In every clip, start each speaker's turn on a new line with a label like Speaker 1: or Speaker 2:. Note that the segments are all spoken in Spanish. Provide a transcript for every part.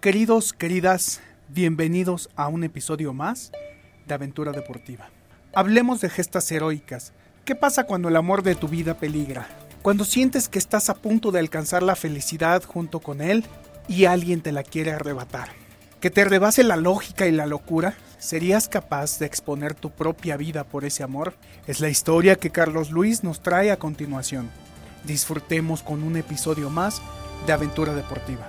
Speaker 1: Queridos, queridas, bienvenidos a un episodio más de Aventura Deportiva. Hablemos de gestas heroicas. ¿Qué pasa cuando el amor de tu vida peligra? Cuando sientes que estás a punto de alcanzar la felicidad junto con él y alguien te la quiere arrebatar. Que te rebase la lógica y la locura, ¿serías capaz de exponer tu propia vida por ese amor? Es la historia que Carlos Luis nos trae a continuación. Disfrutemos con un episodio más de Aventura Deportiva.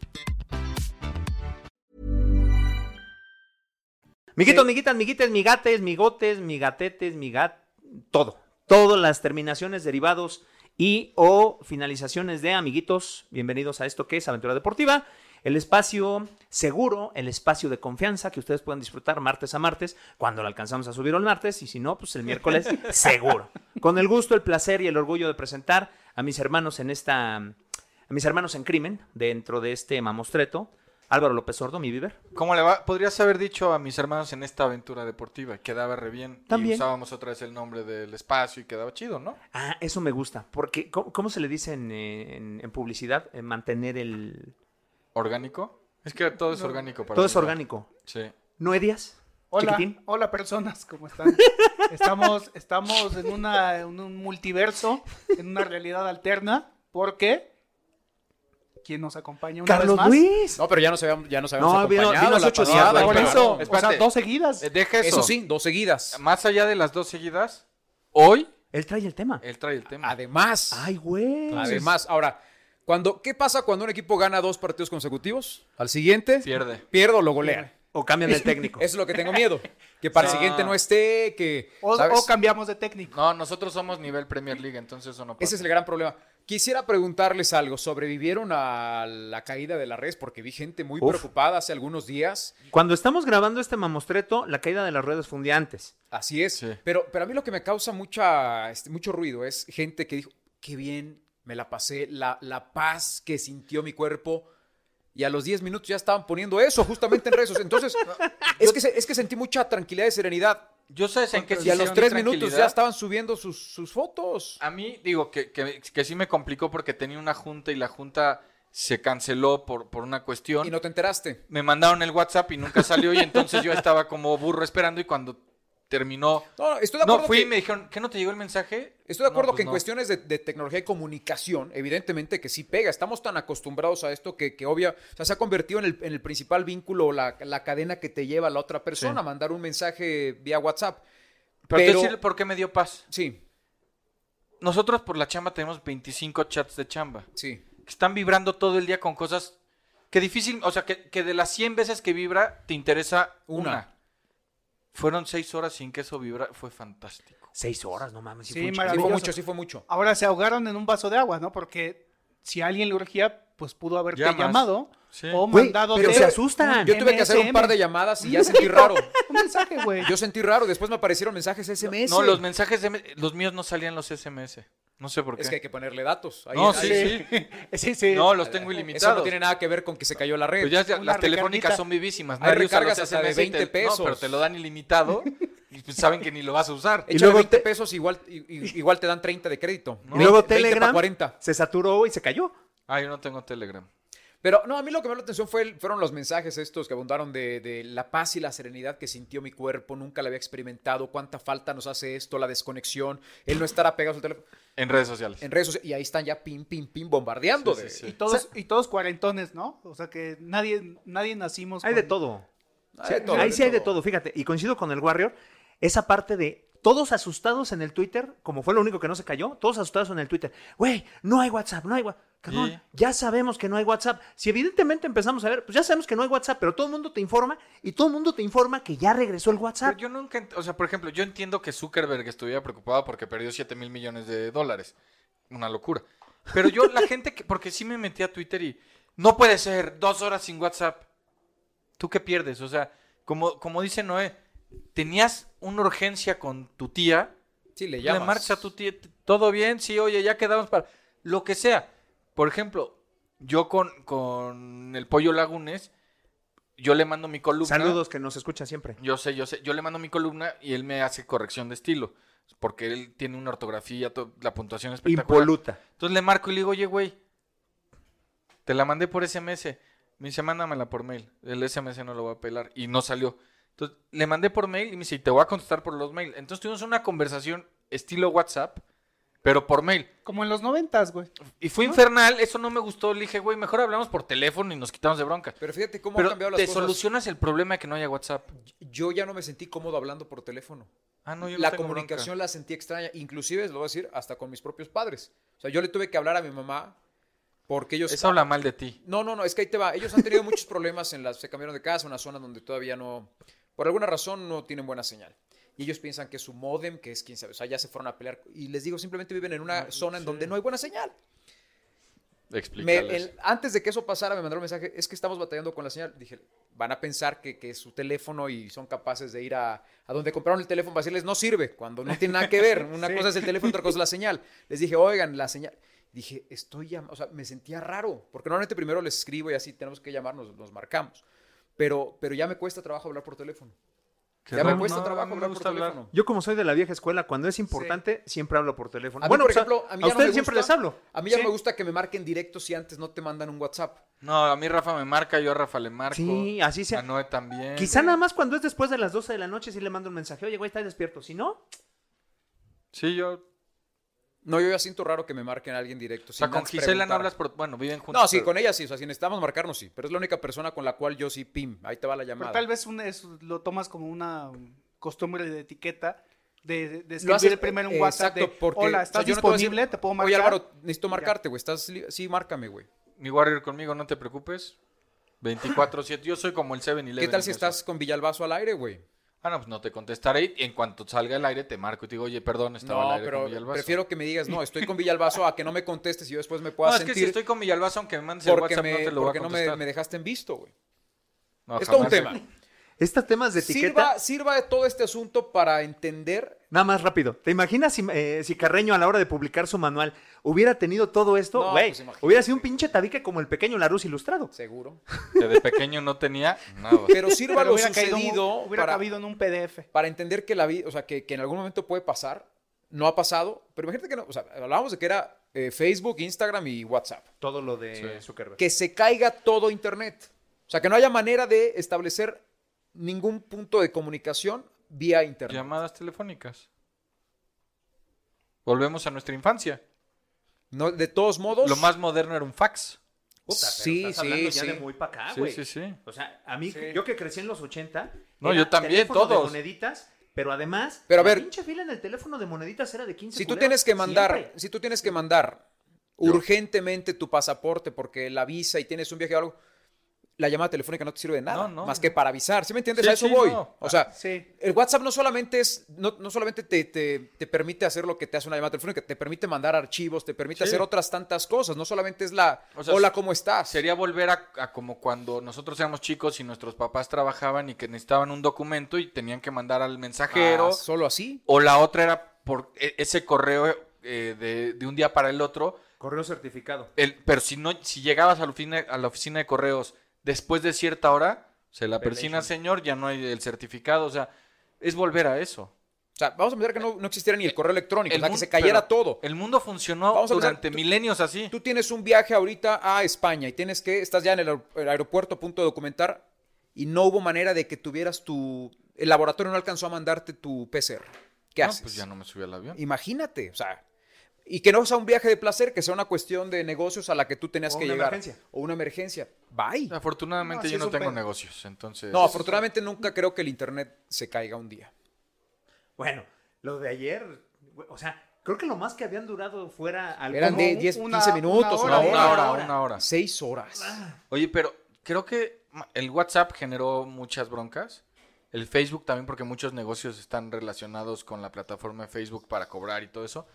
Speaker 2: Miguitos,
Speaker 1: Sí.
Speaker 2: miguitas, miguites, migates, migotes, migatetes, migat... Todo. Todas las terminaciones derivados y o finalizaciones de amiguitos. Bienvenidos a esto que es Aventura Deportiva. El espacio seguro, el espacio de confianza que ustedes pueden disfrutar martes a martes, cuando lo alcanzamos a subir el martes, y si no, pues el miércoles seguro. Con el gusto, el placer y el orgullo de presentar a mis hermanos en esta. a mis hermanos en crimen, dentro de este mamostreto. Álvaro López Sordo, mi viver.
Speaker 3: ¿Cómo le va? Podrías haber dicho a mis hermanos en esta aventura deportiva, quedaba re bien.
Speaker 2: También.
Speaker 3: Y usábamos otra vez el nombre del espacio y quedaba chido, ¿no?
Speaker 2: Ah, eso me gusta, porque ¿cómo, cómo se le dice en, eh, en- en publicidad? Eh, mantener el...
Speaker 3: ¿Orgánico? Es que todo es orgánico para
Speaker 2: Todo
Speaker 3: mí,
Speaker 2: es
Speaker 3: ¿no?
Speaker 2: orgánico.
Speaker 3: Sí. Eh,
Speaker 2: ¿No Díaz?
Speaker 1: Hola,
Speaker 2: Chiquitín.
Speaker 1: hola personas, ¿cómo están? Estamos, estamos en, una, en un multiverso, en una realidad alterna, porque ¿quién nos acompaña una vez más?
Speaker 2: Luis.
Speaker 4: No, pero ya nos habíamos, ya nos habíamos
Speaker 2: No, vino-
Speaker 4: acompañado.
Speaker 2: vino hace
Speaker 4: la
Speaker 2: ocho
Speaker 4: pasada,
Speaker 2: días,
Speaker 1: Por
Speaker 4: pero-
Speaker 3: Álvaro.
Speaker 1: eso, o sea,
Speaker 3: Espérate.
Speaker 1: dos seguidas.
Speaker 3: Eh, Deja eso.
Speaker 4: Eso sí, dos seguidas.
Speaker 3: Más allá de las dos seguidas, hoy
Speaker 2: Él trae el tema.
Speaker 3: él trae el
Speaker 4: Ah.
Speaker 3: tema.
Speaker 4: Además,
Speaker 2: Ay, güey.
Speaker 4: además, ahora, cuando, ¿qué pasa cuando un equipo gana dos partidos consecutivos? Al siguiente,
Speaker 3: Pierde.
Speaker 4: pierdo o lo golea.
Speaker 2: O cambian el técnico.
Speaker 4: Eso es lo que tengo miedo. Que para el
Speaker 3: Sí.
Speaker 4: siguiente no esté, que.
Speaker 1: O,
Speaker 4: ¿sabes?
Speaker 1: o cambiamos de técnico.
Speaker 3: No, nosotros somos nivel Premier League, entonces eso no pasa.
Speaker 4: Ese es el gran problema. Quisiera preguntarles algo. ¿Sobrevivieron a la caída de la red? Porque vi gente muy
Speaker 2: Uf.
Speaker 4: preocupada hace algunos días.
Speaker 2: Cuando estamos grabando este mamostreto, la caída de las ruedas fue un día antes.
Speaker 4: Así es.
Speaker 3: Sí.
Speaker 4: Pero, pero a mí lo que me causa mucha, este, mucho ruido es gente que dijo, qué bien, me la pasé, la, la paz que sintió mi cuerpo. Y a los 10 minutos ya estaban poniendo eso justamente en redes sociales. Entonces, es, que, se- es que sentí mucha tranquilidad y serenidad.
Speaker 3: Yo sabes en qué
Speaker 4: Y a los
Speaker 3: situación
Speaker 4: 3
Speaker 3: de
Speaker 4: minutos ya
Speaker 3: tranquilidad- Ah,
Speaker 4: estaban subiendo sus, sus fotos.
Speaker 3: A mí, digo, que, que- que sí me complicó porque tenía una junta y la junta se canceló por, por una cuestión.
Speaker 4: Y no te enteraste.
Speaker 3: me mandaron el WhatsApp y nunca salió y entonces yo estaba como burro esperando y cuando terminó
Speaker 4: No, no, estoy de
Speaker 3: no
Speaker 4: acuerdo
Speaker 3: fui
Speaker 4: que-
Speaker 3: y me dijeron ¿qué no te llegó el mensaje?
Speaker 4: Estoy de acuerdo
Speaker 3: No, pues
Speaker 4: que en
Speaker 3: no.
Speaker 4: cuestiones de, de tecnología y comunicación, evidentemente que sí pega. Estamos tan acostumbrados a esto que, que obvia, o sea, se ha convertido en el, en el principal vínculo o la, la cadena que te lleva a la otra persona, a mandar un mensaje vía WhatsApp.
Speaker 3: Pero, te voy a
Speaker 4: pero-
Speaker 3: decir por qué me dio paz.
Speaker 4: Sí,
Speaker 3: Nosotros por la chamba tenemos 25 chats de chamba
Speaker 4: sí.
Speaker 3: que están vibrando todo el día con cosas que difícil, o sea, que, que de las 100 veces que vibra te interesa una.
Speaker 4: Una.
Speaker 3: Fueron 6 horas sin que eso vibra, fue fantástico.
Speaker 2: Seis horas, no mames.
Speaker 1: Sí,
Speaker 2: fue un
Speaker 4: Sí
Speaker 1: maravilloso.
Speaker 4: fue mucho, sí fue mucho.
Speaker 1: Ahora se ahogaron en un vaso de agua, ¿no? Porque si a alguien le urgía, pues pudo haberte
Speaker 3: Llamas.
Speaker 1: llamado
Speaker 3: Sí.
Speaker 4: Oh,
Speaker 1: o
Speaker 2: Güey,
Speaker 1: mandado.
Speaker 2: pero
Speaker 1: de-
Speaker 2: se asustan.
Speaker 4: Yo tuve que hacer un par de
Speaker 1: MSM.
Speaker 4: llamadas y ya sentí raro.
Speaker 1: Un mensaje, güey.
Speaker 4: Yo sentí raro, después me aparecieron mensajes SMS.
Speaker 3: No, los mensajes, de- los míos no salían los SMS. No sé por qué.
Speaker 4: Es que hay que ponerle datos. Ahí-
Speaker 3: No, sí,
Speaker 4: ahí-
Speaker 3: sí.
Speaker 1: Sí, sí.
Speaker 3: No, los tengo
Speaker 4: Eso
Speaker 3: ilimitados.
Speaker 4: no tiene nada que ver con que se cayó la red.
Speaker 3: Pues ya
Speaker 1: Una
Speaker 3: las telefónicas
Speaker 1: recarguita.
Speaker 3: son vivísimas.
Speaker 4: Hay
Speaker 3: nadie usa
Speaker 4: recargas
Speaker 3: los
Speaker 4: hasta de
Speaker 3: SMS y te-
Speaker 4: 20
Speaker 3: No, pero
Speaker 4: pesos. Eh,
Speaker 3: te lo dan ilimitado y pues saben que ni lo vas a usar.
Speaker 2: Y
Speaker 4: Échale
Speaker 2: luego
Speaker 4: 20
Speaker 2: te-
Speaker 4: pesos, igual, i- i- igual te dan 30 de crédito.
Speaker 2: Y luego
Speaker 4: 20 pa'
Speaker 2: Telegram
Speaker 4: 40.
Speaker 2: se saturó y se cayó.
Speaker 3: Ah, yo no tengo Telegram.
Speaker 4: Pero no, a mí lo que me llamó la atención fue el- fueron los mensajes estos que abundaron de, de la paz y la serenidad que sintió mi cuerpo, nunca la había experimentado, cuánta falta nos hace esto, la desconexión, el no estar apegados al teléfono.
Speaker 3: En redes sociales.
Speaker 4: En redes sociales, y ahí están ya pim, pim, pim, bombardeando.
Speaker 3: Sí,
Speaker 4: de-
Speaker 3: sí,
Speaker 5: Y
Speaker 3: sí.
Speaker 5: todos, y todos cuarentones, ¿no? O sea que nadie, nadie nacimos.
Speaker 2: Hay
Speaker 5: con-
Speaker 2: de todo.
Speaker 4: Hay de todo,
Speaker 2: Ahí
Speaker 4: de
Speaker 2: sí hay de
Speaker 4: todo.
Speaker 2: todo, fíjate. Y coincido con el Warrior, esa parte de todos asustados en el Twitter, como fue lo único que no se cayó, todos asustados en el Twitter. Güey, no hay WhatsApp, no hay WhatsApp.
Speaker 3: ¿Y?
Speaker 2: ya sabemos que no hay WhatsApp. Si evidentemente empezamos a ver, pues ya sabemos que no hay WhatsApp, pero todo el mundo te informa y todo el mundo te informa que ya regresó el
Speaker 3: Pero
Speaker 2: WhatsApp.
Speaker 3: yo nunca, ent- o sea, por ejemplo, yo entiendo que Zuckerberg estuviera preocupado porque perdió 7 mil millones de dólares. Una locura. Pero yo, la gente que, porque sí me metí a Twitter y no puede ser, dos horas sin WhatsApp. ¿Tú qué pierdes? O sea, como, como dice Noé, tenías una urgencia con tu tía,
Speaker 4: Sí, le
Speaker 3: le
Speaker 4: llamas.
Speaker 3: marcha tu tía, todo bien, sí, oye, ya quedamos para lo que sea. Por ejemplo, yo con, con el pollo lagunes, yo le mando mi columna.
Speaker 2: Saludos que nos escuchan siempre.
Speaker 3: Yo sé, yo sé. Yo le mando mi columna y él me hace corrección de estilo. Porque él tiene una ortografía, to- la puntuación espectacular.
Speaker 2: Impoluta.
Speaker 3: Entonces le marco y le digo, oye, güey, te la mandé por SMS. Me dice, mándamela por mail. El SMS no lo va a pelar. Y no salió. Entonces le mandé por mail y me dice, y te voy a contestar por los mail. Entonces tuvimos una conversación estilo WhatsApp, pero por mail.
Speaker 5: Como en los noventas, güey.
Speaker 3: Y fue infernal, eso no me gustó. Le dije, güey, mejor hablamos por teléfono y nos quitamos de bronca.
Speaker 4: Pero fíjate cómo han
Speaker 3: Pero
Speaker 4: cambiado las
Speaker 3: te
Speaker 4: cosas.
Speaker 3: solucionas el problema de que no haya WhatsApp.
Speaker 4: Yo ya no me sentí cómodo hablando por teléfono.
Speaker 3: Ah, no, yo no
Speaker 4: la
Speaker 3: tengo bronca.
Speaker 4: comunicación la sentí extraña, inclusive, lo voy a decir, hasta con mis propios padres. O sea, yo le tuve que hablar a mi mamá porque ellos...
Speaker 3: Eso habla mal de ti.
Speaker 4: No, no, no, es que ahí te va. Ellos han tenido muchos problemas en las... Se cambiaron de casa, una zona donde todavía no... Por alguna razón no tienen buena señal. Y ellos piensan que es su modem, que es quién sabe. O sea, ya se fueron a pelear. Y les digo, simplemente viven en una zona en donde no hay buena señal. Me-
Speaker 3: Explícales.
Speaker 4: el- antes de que eso pasara, me mandaron un mensaje, es que estamos batallando con la señal. Dije, van a pensar que, que es su teléfono y son capaces de ir a, a donde compraron el teléfono para decirles, no sirve, cuando no tiene nada que ver. Una cosa es el teléfono, otra cosa es la señal. Les dije, oigan, la señal. Dije, estoy llamando, o sea, me sentía raro, porque normalmente primero les escribo y así tenemos que llamarnos, nos marcamos. Pero, pero ya me cuesta trabajo hablar por teléfono.
Speaker 3: Qué
Speaker 4: Ya me
Speaker 3: raro.
Speaker 4: cuesta
Speaker 3: No,
Speaker 4: trabajo
Speaker 3: no me
Speaker 4: hablar por
Speaker 3: gusta hablar.
Speaker 4: teléfono.
Speaker 2: Yo como soy de la vieja escuela, cuando es importante, siempre hablo por teléfono.
Speaker 4: A mí,
Speaker 2: bueno,
Speaker 4: por
Speaker 2: pues, a-
Speaker 4: ejemplo, a
Speaker 2: a
Speaker 4: mí ya no me
Speaker 2: ustedes siempre les
Speaker 4: gusta-
Speaker 2: hablo.
Speaker 4: A mí ya
Speaker 2: Sí.
Speaker 4: no me gusta que me marquen directo si antes no te mandan un WhatsApp.
Speaker 3: No, a mí Rafa me marca, yo a Rafa le marco.
Speaker 2: Sí, así sea.
Speaker 3: A Noé también.
Speaker 2: Quizá nada más cuando es después de las 12 de la noche sí le mando un mensaje. Oye, güey, estás despierto. Si no,
Speaker 3: Sí, yo. O
Speaker 4: No, yo ya siento raro que me marquen a alguien directo.
Speaker 3: sea,
Speaker 4: sin
Speaker 3: con
Speaker 4: antes
Speaker 3: Gisela no
Speaker 4: preguntar.
Speaker 3: hablas por. Bueno, viven juntos.
Speaker 4: No, sí,
Speaker 3: pero-
Speaker 4: con ella sí. O sea, si necesitamos marcarnos, sí. Pero es la única persona con la cual yo sí, pim, ahí te va la
Speaker 5: Pero
Speaker 4: llamada.
Speaker 5: tal vez un- es- lo tomas como una um, costumbre de etiqueta de, de- de
Speaker 4: Lo haces-
Speaker 5: escribir primero un
Speaker 4: eh,
Speaker 5: WhatsApp
Speaker 4: exacto,
Speaker 5: de, hola,
Speaker 4: o sea,
Speaker 5: ¿estás
Speaker 4: yo no te voy a decir,
Speaker 5: disponible? ¿Te puedo marcar?
Speaker 4: Oye, Álvaro, necesito
Speaker 5: Y ya.
Speaker 4: marcarte, güey. ¿Estás li- Sí, márcame, güey.
Speaker 3: Mi Warrior conmigo, no te preocupes. 24-7. Yo soy como el 7-Eleven.
Speaker 4: ¿Qué tal si
Speaker 3: en eso.
Speaker 4: estás con Villalbazo al aire, güey?
Speaker 3: Ah, no, pues no te contestaré. y En cuanto salga el aire, te marco y te digo, oye, perdón, estaba al
Speaker 4: No,
Speaker 3: aire con
Speaker 4: pero
Speaker 3: Villalbazo.
Speaker 4: prefiero que me digas, no, estoy con Villalbazo a que no me contestes y yo después me
Speaker 3: No,
Speaker 4: pueda
Speaker 3: es que si
Speaker 4: sentir
Speaker 3: estoy con Villalbazo, aunque me mandes el
Speaker 4: porque,
Speaker 3: WhatsApp,
Speaker 4: me,
Speaker 3: no te lo voy
Speaker 4: porque
Speaker 3: a
Speaker 4: no me,
Speaker 3: contestar.
Speaker 4: me dejaste en visto, güey.
Speaker 3: No,
Speaker 4: es todo un
Speaker 3: jamás.
Speaker 4: tema.
Speaker 2: estos temas de etiqueta,
Speaker 4: Sirva, sirva de todo este asunto para entender
Speaker 2: nada más rápido. ¿Te imaginas si, eh, si Carreño a la hora de publicar su manual hubiera tenido todo esto?
Speaker 4: No,
Speaker 2: Güey,
Speaker 4: pues imagínate.
Speaker 2: hubiera sido un pinche tabique como el pequeño Larus ilustrado.
Speaker 4: seguro.
Speaker 3: Que de pequeño no tenía nada.
Speaker 4: Pero sirva
Speaker 5: Pero
Speaker 4: lo
Speaker 5: hubiera caído en un-
Speaker 4: sucedido
Speaker 5: Hubiera
Speaker 4: para,
Speaker 5: cabido en un PDF.
Speaker 4: para entender que la vida, o sea, que, que en algún momento puede pasar, no ha pasado, pero imagínate que no, o sea, hablábamos de que era eh, Facebook, Instagram y WhatsApp,
Speaker 2: Todo lo de Zuckerberg.
Speaker 4: que se caiga todo Internet, o sea, que no haya manera de establecer ningún punto de comunicación vía Internet.
Speaker 3: Llamadas telefónicas. Volvemos a nuestra infancia.
Speaker 4: No, de todos modos,
Speaker 3: Lo más moderno era un fax.
Speaker 2: Puta, pero
Speaker 4: sí,
Speaker 2: estás
Speaker 4: sí,
Speaker 2: hablando
Speaker 4: sí.
Speaker 2: ya de muy para
Speaker 4: Ah,
Speaker 2: acá,
Speaker 3: Sí,
Speaker 2: güey.
Speaker 3: sí, sí.
Speaker 2: O sea, a mí, yo que crecí en los 80.
Speaker 3: No,
Speaker 2: era
Speaker 3: yo también,
Speaker 2: teléfono de
Speaker 3: todos.
Speaker 2: moneditas, pero además,
Speaker 4: Pero a
Speaker 2: la
Speaker 4: ver-
Speaker 2: pinche fila en el teléfono de moneditas era de 15
Speaker 4: si tú
Speaker 2: culeros,
Speaker 4: tienes que mandar,
Speaker 2: siempre.
Speaker 4: si tú tienes que mandar urgentemente tu pasaporte porque la visa y tienes un viaje o algo, la llamada telefónica no te sirve de
Speaker 3: No,
Speaker 4: nada,
Speaker 3: no,
Speaker 4: más
Speaker 3: no.
Speaker 4: que para avisar, ¿sí me entiendes?
Speaker 3: Sí,
Speaker 4: a eso
Speaker 3: sí,
Speaker 4: voy.
Speaker 3: no.
Speaker 4: O sea,
Speaker 5: Sí.
Speaker 4: El WhatsApp no solamente es, no, no solamente te, te- te permite hacer lo que te hace una llamada telefónica, te permite mandar archivos, te permite
Speaker 3: Sí.
Speaker 4: hacer otras tantas cosas. No solamente es la
Speaker 3: O sea,
Speaker 4: hola,
Speaker 3: es-
Speaker 4: ¿cómo estás?
Speaker 3: Sería volver a, a como cuando nosotros éramos chicos y nuestros papás trabajaban y que necesitaban un documento y tenían que mandar al mensajero.
Speaker 4: Ah, solo así.
Speaker 3: o la otra era por e- ese correo eh, de, de un día para el otro.
Speaker 2: Correo certificado.
Speaker 3: El- pero si no, si llegabas a la, oficina, a la oficina de correos después de cierta hora, se la persina,
Speaker 2: Relation.
Speaker 3: señor, ya no hay el certificado. O sea, es volver a eso.
Speaker 4: sea, vamos a pensar que no, no existiera ni el correo electrónico, o sea, que
Speaker 3: mun-
Speaker 4: se cayera
Speaker 3: Eh, pero
Speaker 4: todo.
Speaker 3: El mundo funcionó
Speaker 4: Vamos a pensar,
Speaker 3: durante
Speaker 4: tú-
Speaker 3: milenios así.
Speaker 4: Tú tienes un viaje ahorita a España y tienes que, estás ya en el, aer- el aeropuerto a punto de documentar y no hubo manera de que tuvieras tu, el laboratorio no alcanzó a mandarte tu PCR. ¿Qué
Speaker 3: No,
Speaker 4: haces?
Speaker 3: pues ya no me subí al avión.
Speaker 4: Imagínate, o sea, y que no sea un viaje de placer, que sea una cuestión de negocios a la que tú tenías
Speaker 2: O
Speaker 4: que
Speaker 2: una
Speaker 4: llegar.
Speaker 2: emergencia. Ah,
Speaker 4: O una emergencia. Bye.
Speaker 2: No,
Speaker 3: Afortunadamente
Speaker 2: sí
Speaker 3: yo
Speaker 2: es
Speaker 3: no
Speaker 2: un
Speaker 3: tengo
Speaker 2: pedo.
Speaker 3: negocios, entonces...
Speaker 4: No, afortunadamente nunca creo que el internet se caiga un día.
Speaker 2: Bueno, lo de ayer, güey, o sea, creo que lo más que habían durado fuera al
Speaker 4: Eran
Speaker 2: como
Speaker 4: de 10,
Speaker 5: una-
Speaker 4: 15 minutos,
Speaker 3: una
Speaker 4: una
Speaker 3: hora, una
Speaker 4: hora.
Speaker 3: hora.
Speaker 2: hora.
Speaker 4: Seis horas.
Speaker 2: Ah.
Speaker 3: Oye, pero creo que ma- el WhatsApp generó muchas broncas. El Facebook también, porque muchos negocios están relacionados con la plataforma de Facebook para cobrar y todo eso.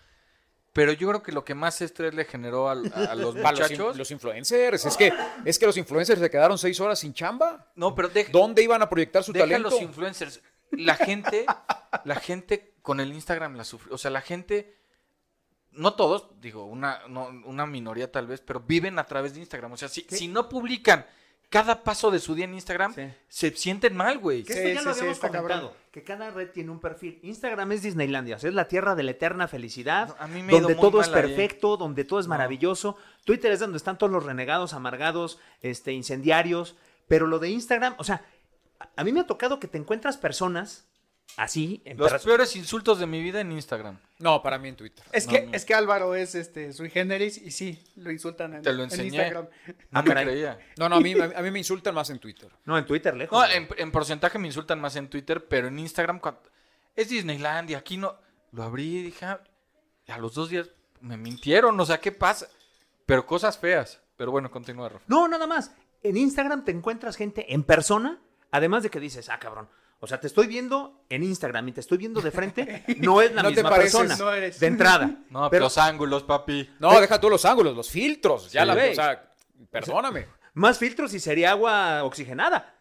Speaker 3: Pero yo creo que lo que más estrés le generó al- a, a los
Speaker 4: Para los, in-
Speaker 3: muchachos...
Speaker 4: los influencers. Es que, es que los influencers se quedaron seis horas sin chamba.
Speaker 3: No, pero de-
Speaker 4: ¿Dónde iban a proyectar su
Speaker 3: deja a
Speaker 4: talento?
Speaker 3: los influencers. La gente, la gente con el Instagram la sufrió. O sea, la gente, no todos, digo, una, no- una minoría tal vez, pero viven a través de Instagram. O sea, si, si no publican cada paso de su día en Instagram,
Speaker 2: Sí.
Speaker 3: se sienten mal, güey.
Speaker 2: Que
Speaker 5: Sí,
Speaker 2: esto ya lo
Speaker 5: sí, sí,
Speaker 2: habíamos
Speaker 5: está cabrón.
Speaker 2: comentado, que cada red tiene un perfil. Instagram es Disneylandia, o sea, es la tierra de la eterna felicidad,
Speaker 3: No, a mí me ha ido
Speaker 2: donde
Speaker 3: muy
Speaker 2: todo es
Speaker 3: mal ahí.
Speaker 2: perfecto, donde todo es maravilloso. Twitter es donde están todos los renegados, amargados, este, incendiarios. Pero lo de Instagram, o sea, a- a mí me ha tocado que te encuentras personas así. En
Speaker 3: Los
Speaker 2: perras-
Speaker 3: peores insultos de mi vida en Instagram.
Speaker 4: No, para mí en Twitter.
Speaker 5: Es,
Speaker 3: No,
Speaker 5: que,
Speaker 3: no.
Speaker 5: es que Álvaro es este, sui generis y sí, lo insultan en,
Speaker 3: Te lo
Speaker 5: en
Speaker 3: enseñé.
Speaker 5: Instagram.
Speaker 3: No
Speaker 2: Ah,
Speaker 3: me
Speaker 2: caray.
Speaker 3: creía.
Speaker 4: No, no, a mí, a mí- a mí me insultan más en Twitter.
Speaker 2: No, en Twitter lejos.
Speaker 3: No,
Speaker 2: güey.
Speaker 3: en, en porcentaje me insultan más en Twitter, pero en Instagram cuan- es Disneylandia. Aquí no. Lo abrí y dije, "Ah", y a los dos días me mintieron. O sea, ¿qué pasa? Pero cosas feas. Pero bueno, continúa, Rafa.
Speaker 2: No, nada más. En Instagram te encuentras gente en persona, además de que dices, ah, cabrón. O sea, te estoy viendo en Instagram y te estoy viendo de frente. No es la
Speaker 4: No pues. te
Speaker 2: misma
Speaker 4: pareces,
Speaker 2: persona.
Speaker 5: no eres.
Speaker 2: De entrada.
Speaker 3: No,
Speaker 2: Pero-
Speaker 3: los ángulos, papi.
Speaker 4: No, deja todos los ángulos, los filtros. Ya
Speaker 2: Sí.
Speaker 4: la O sea, perdóname.
Speaker 2: Más filtros y sería agua oxigenada.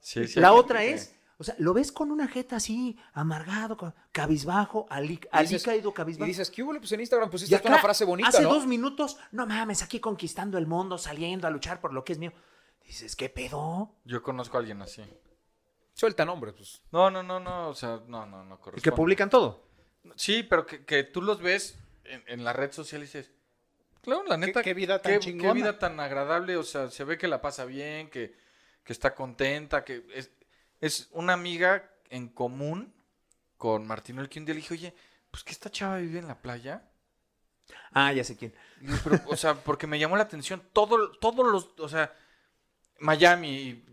Speaker 3: Sí,
Speaker 2: la otra es, o sea, lo ves con una jeta así, amargado, con- cabizbajo, ali, ali
Speaker 4: dices-
Speaker 2: caído
Speaker 4: Y
Speaker 2: cabizbajo.
Speaker 4: dices, ¿qué hubo? Pues en Instagram
Speaker 2: Y
Speaker 4: pusiste
Speaker 2: acá,
Speaker 4: una frase bonita,
Speaker 2: hace
Speaker 4: ¿no?
Speaker 2: dos minutos, no mames, aquí conquistando el mundo, saliendo a luchar por lo que es mío. Dices, ¿qué pedo?
Speaker 3: Yo conozco a alguien así.
Speaker 4: Suelta nombres, pues.
Speaker 3: No, no, no, no. O sea, no, no, no
Speaker 2: Y
Speaker 3: corresponde.
Speaker 2: que publican todo.
Speaker 3: Sí, pero que, que tú los ves en, en la red social y dices, claro, la
Speaker 5: Qué-
Speaker 3: neta.
Speaker 5: qué vida tan chingona".
Speaker 3: Qué vida tan agradable, o sea, se ve que la pasa bien, que, que está contenta, que es, es una amiga en común con Martino, el que un día le dije, oye, pues que esta chava vive en la playa.
Speaker 2: Ah, ya sé quién.
Speaker 3: Y yo, pero, o sea, porque me llamó la atención todo, todos los, o sea, Miami,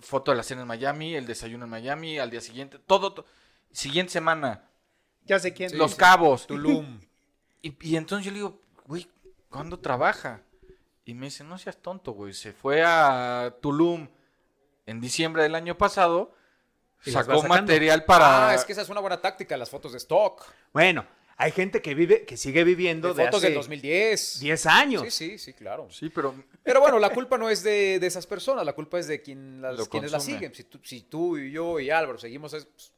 Speaker 3: foto de la cena en Miami, el desayuno en Miami, al día siguiente, todo, to- siguiente semana,
Speaker 5: Ya sé quién.
Speaker 3: Los
Speaker 5: dice.
Speaker 3: Cabos,
Speaker 4: Tulum.
Speaker 3: y, y entonces yo le digo, güey, ¿cuándo trabaja? Y me dice, no seas tonto, güey. Se fue a Tulum en diciembre del año pasado,
Speaker 2: Y las va
Speaker 3: sacó
Speaker 2: sacando.
Speaker 3: material para...
Speaker 4: Ah, es que esa es una buena táctica, las fotos de stock.
Speaker 2: Bueno, hay gente que vive, que sigue viviendo de,
Speaker 4: De fotos
Speaker 2: hace
Speaker 4: del 2010.
Speaker 2: 10 años.
Speaker 4: Sí, sí, sí, claro.
Speaker 3: Sí, pero...
Speaker 4: Pero bueno, la culpa no es de, de esas personas, la culpa es de quien las-
Speaker 3: Lo
Speaker 4: quienes las
Speaker 3: consume.
Speaker 4: siguen. Si tú, si tú y yo y Álvaro seguimos, es, pues,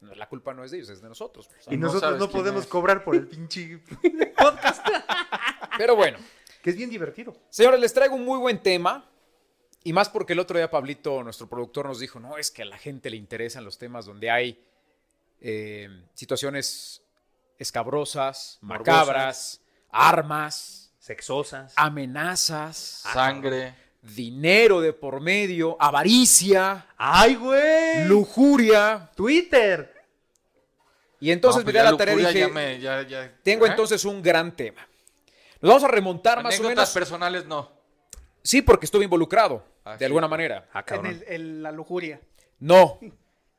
Speaker 4: no, la culpa no es de ellos, es de nosotros. pues,
Speaker 2: Y
Speaker 3: no
Speaker 4: ¿no?
Speaker 2: nosotros
Speaker 3: sabes
Speaker 2: no
Speaker 3: quién
Speaker 2: podemos
Speaker 3: es.
Speaker 2: cobrar por el pinche,
Speaker 4: Pero bueno,
Speaker 2: que es bien divertido.
Speaker 4: señores, les traigo un muy buen tema. Y más porque el otro día Pablito, nuestro productor, nos dijo, no, es que a la gente le interesan los temas donde hay eh, situaciones escabrosas,
Speaker 2: Morbosas.
Speaker 4: macabras, armas,
Speaker 2: Sexosas.
Speaker 4: amenazas,
Speaker 3: Sangre.
Speaker 4: dinero de por medio, avaricia,
Speaker 2: ¡Ay, güey!
Speaker 4: lujuria.
Speaker 2: Twitter.
Speaker 4: Y entonces
Speaker 3: No,
Speaker 4: me
Speaker 3: pues
Speaker 4: di a
Speaker 3: ya
Speaker 4: la tarea y
Speaker 3: lujuria,
Speaker 4: dije,
Speaker 3: ya me- ya- ya-
Speaker 4: tengo
Speaker 3: ¿eh?
Speaker 4: entonces un gran tema. Nos vamos a remontar más o
Speaker 3: Anécdotas
Speaker 4: menos.
Speaker 3: personales no.
Speaker 4: Sí, porque estuve involucrado,
Speaker 3: Ah,
Speaker 4: de
Speaker 3: sí,
Speaker 4: alguna
Speaker 3: claro.
Speaker 4: manera.
Speaker 5: En el- el- la lujuria.
Speaker 4: No. En,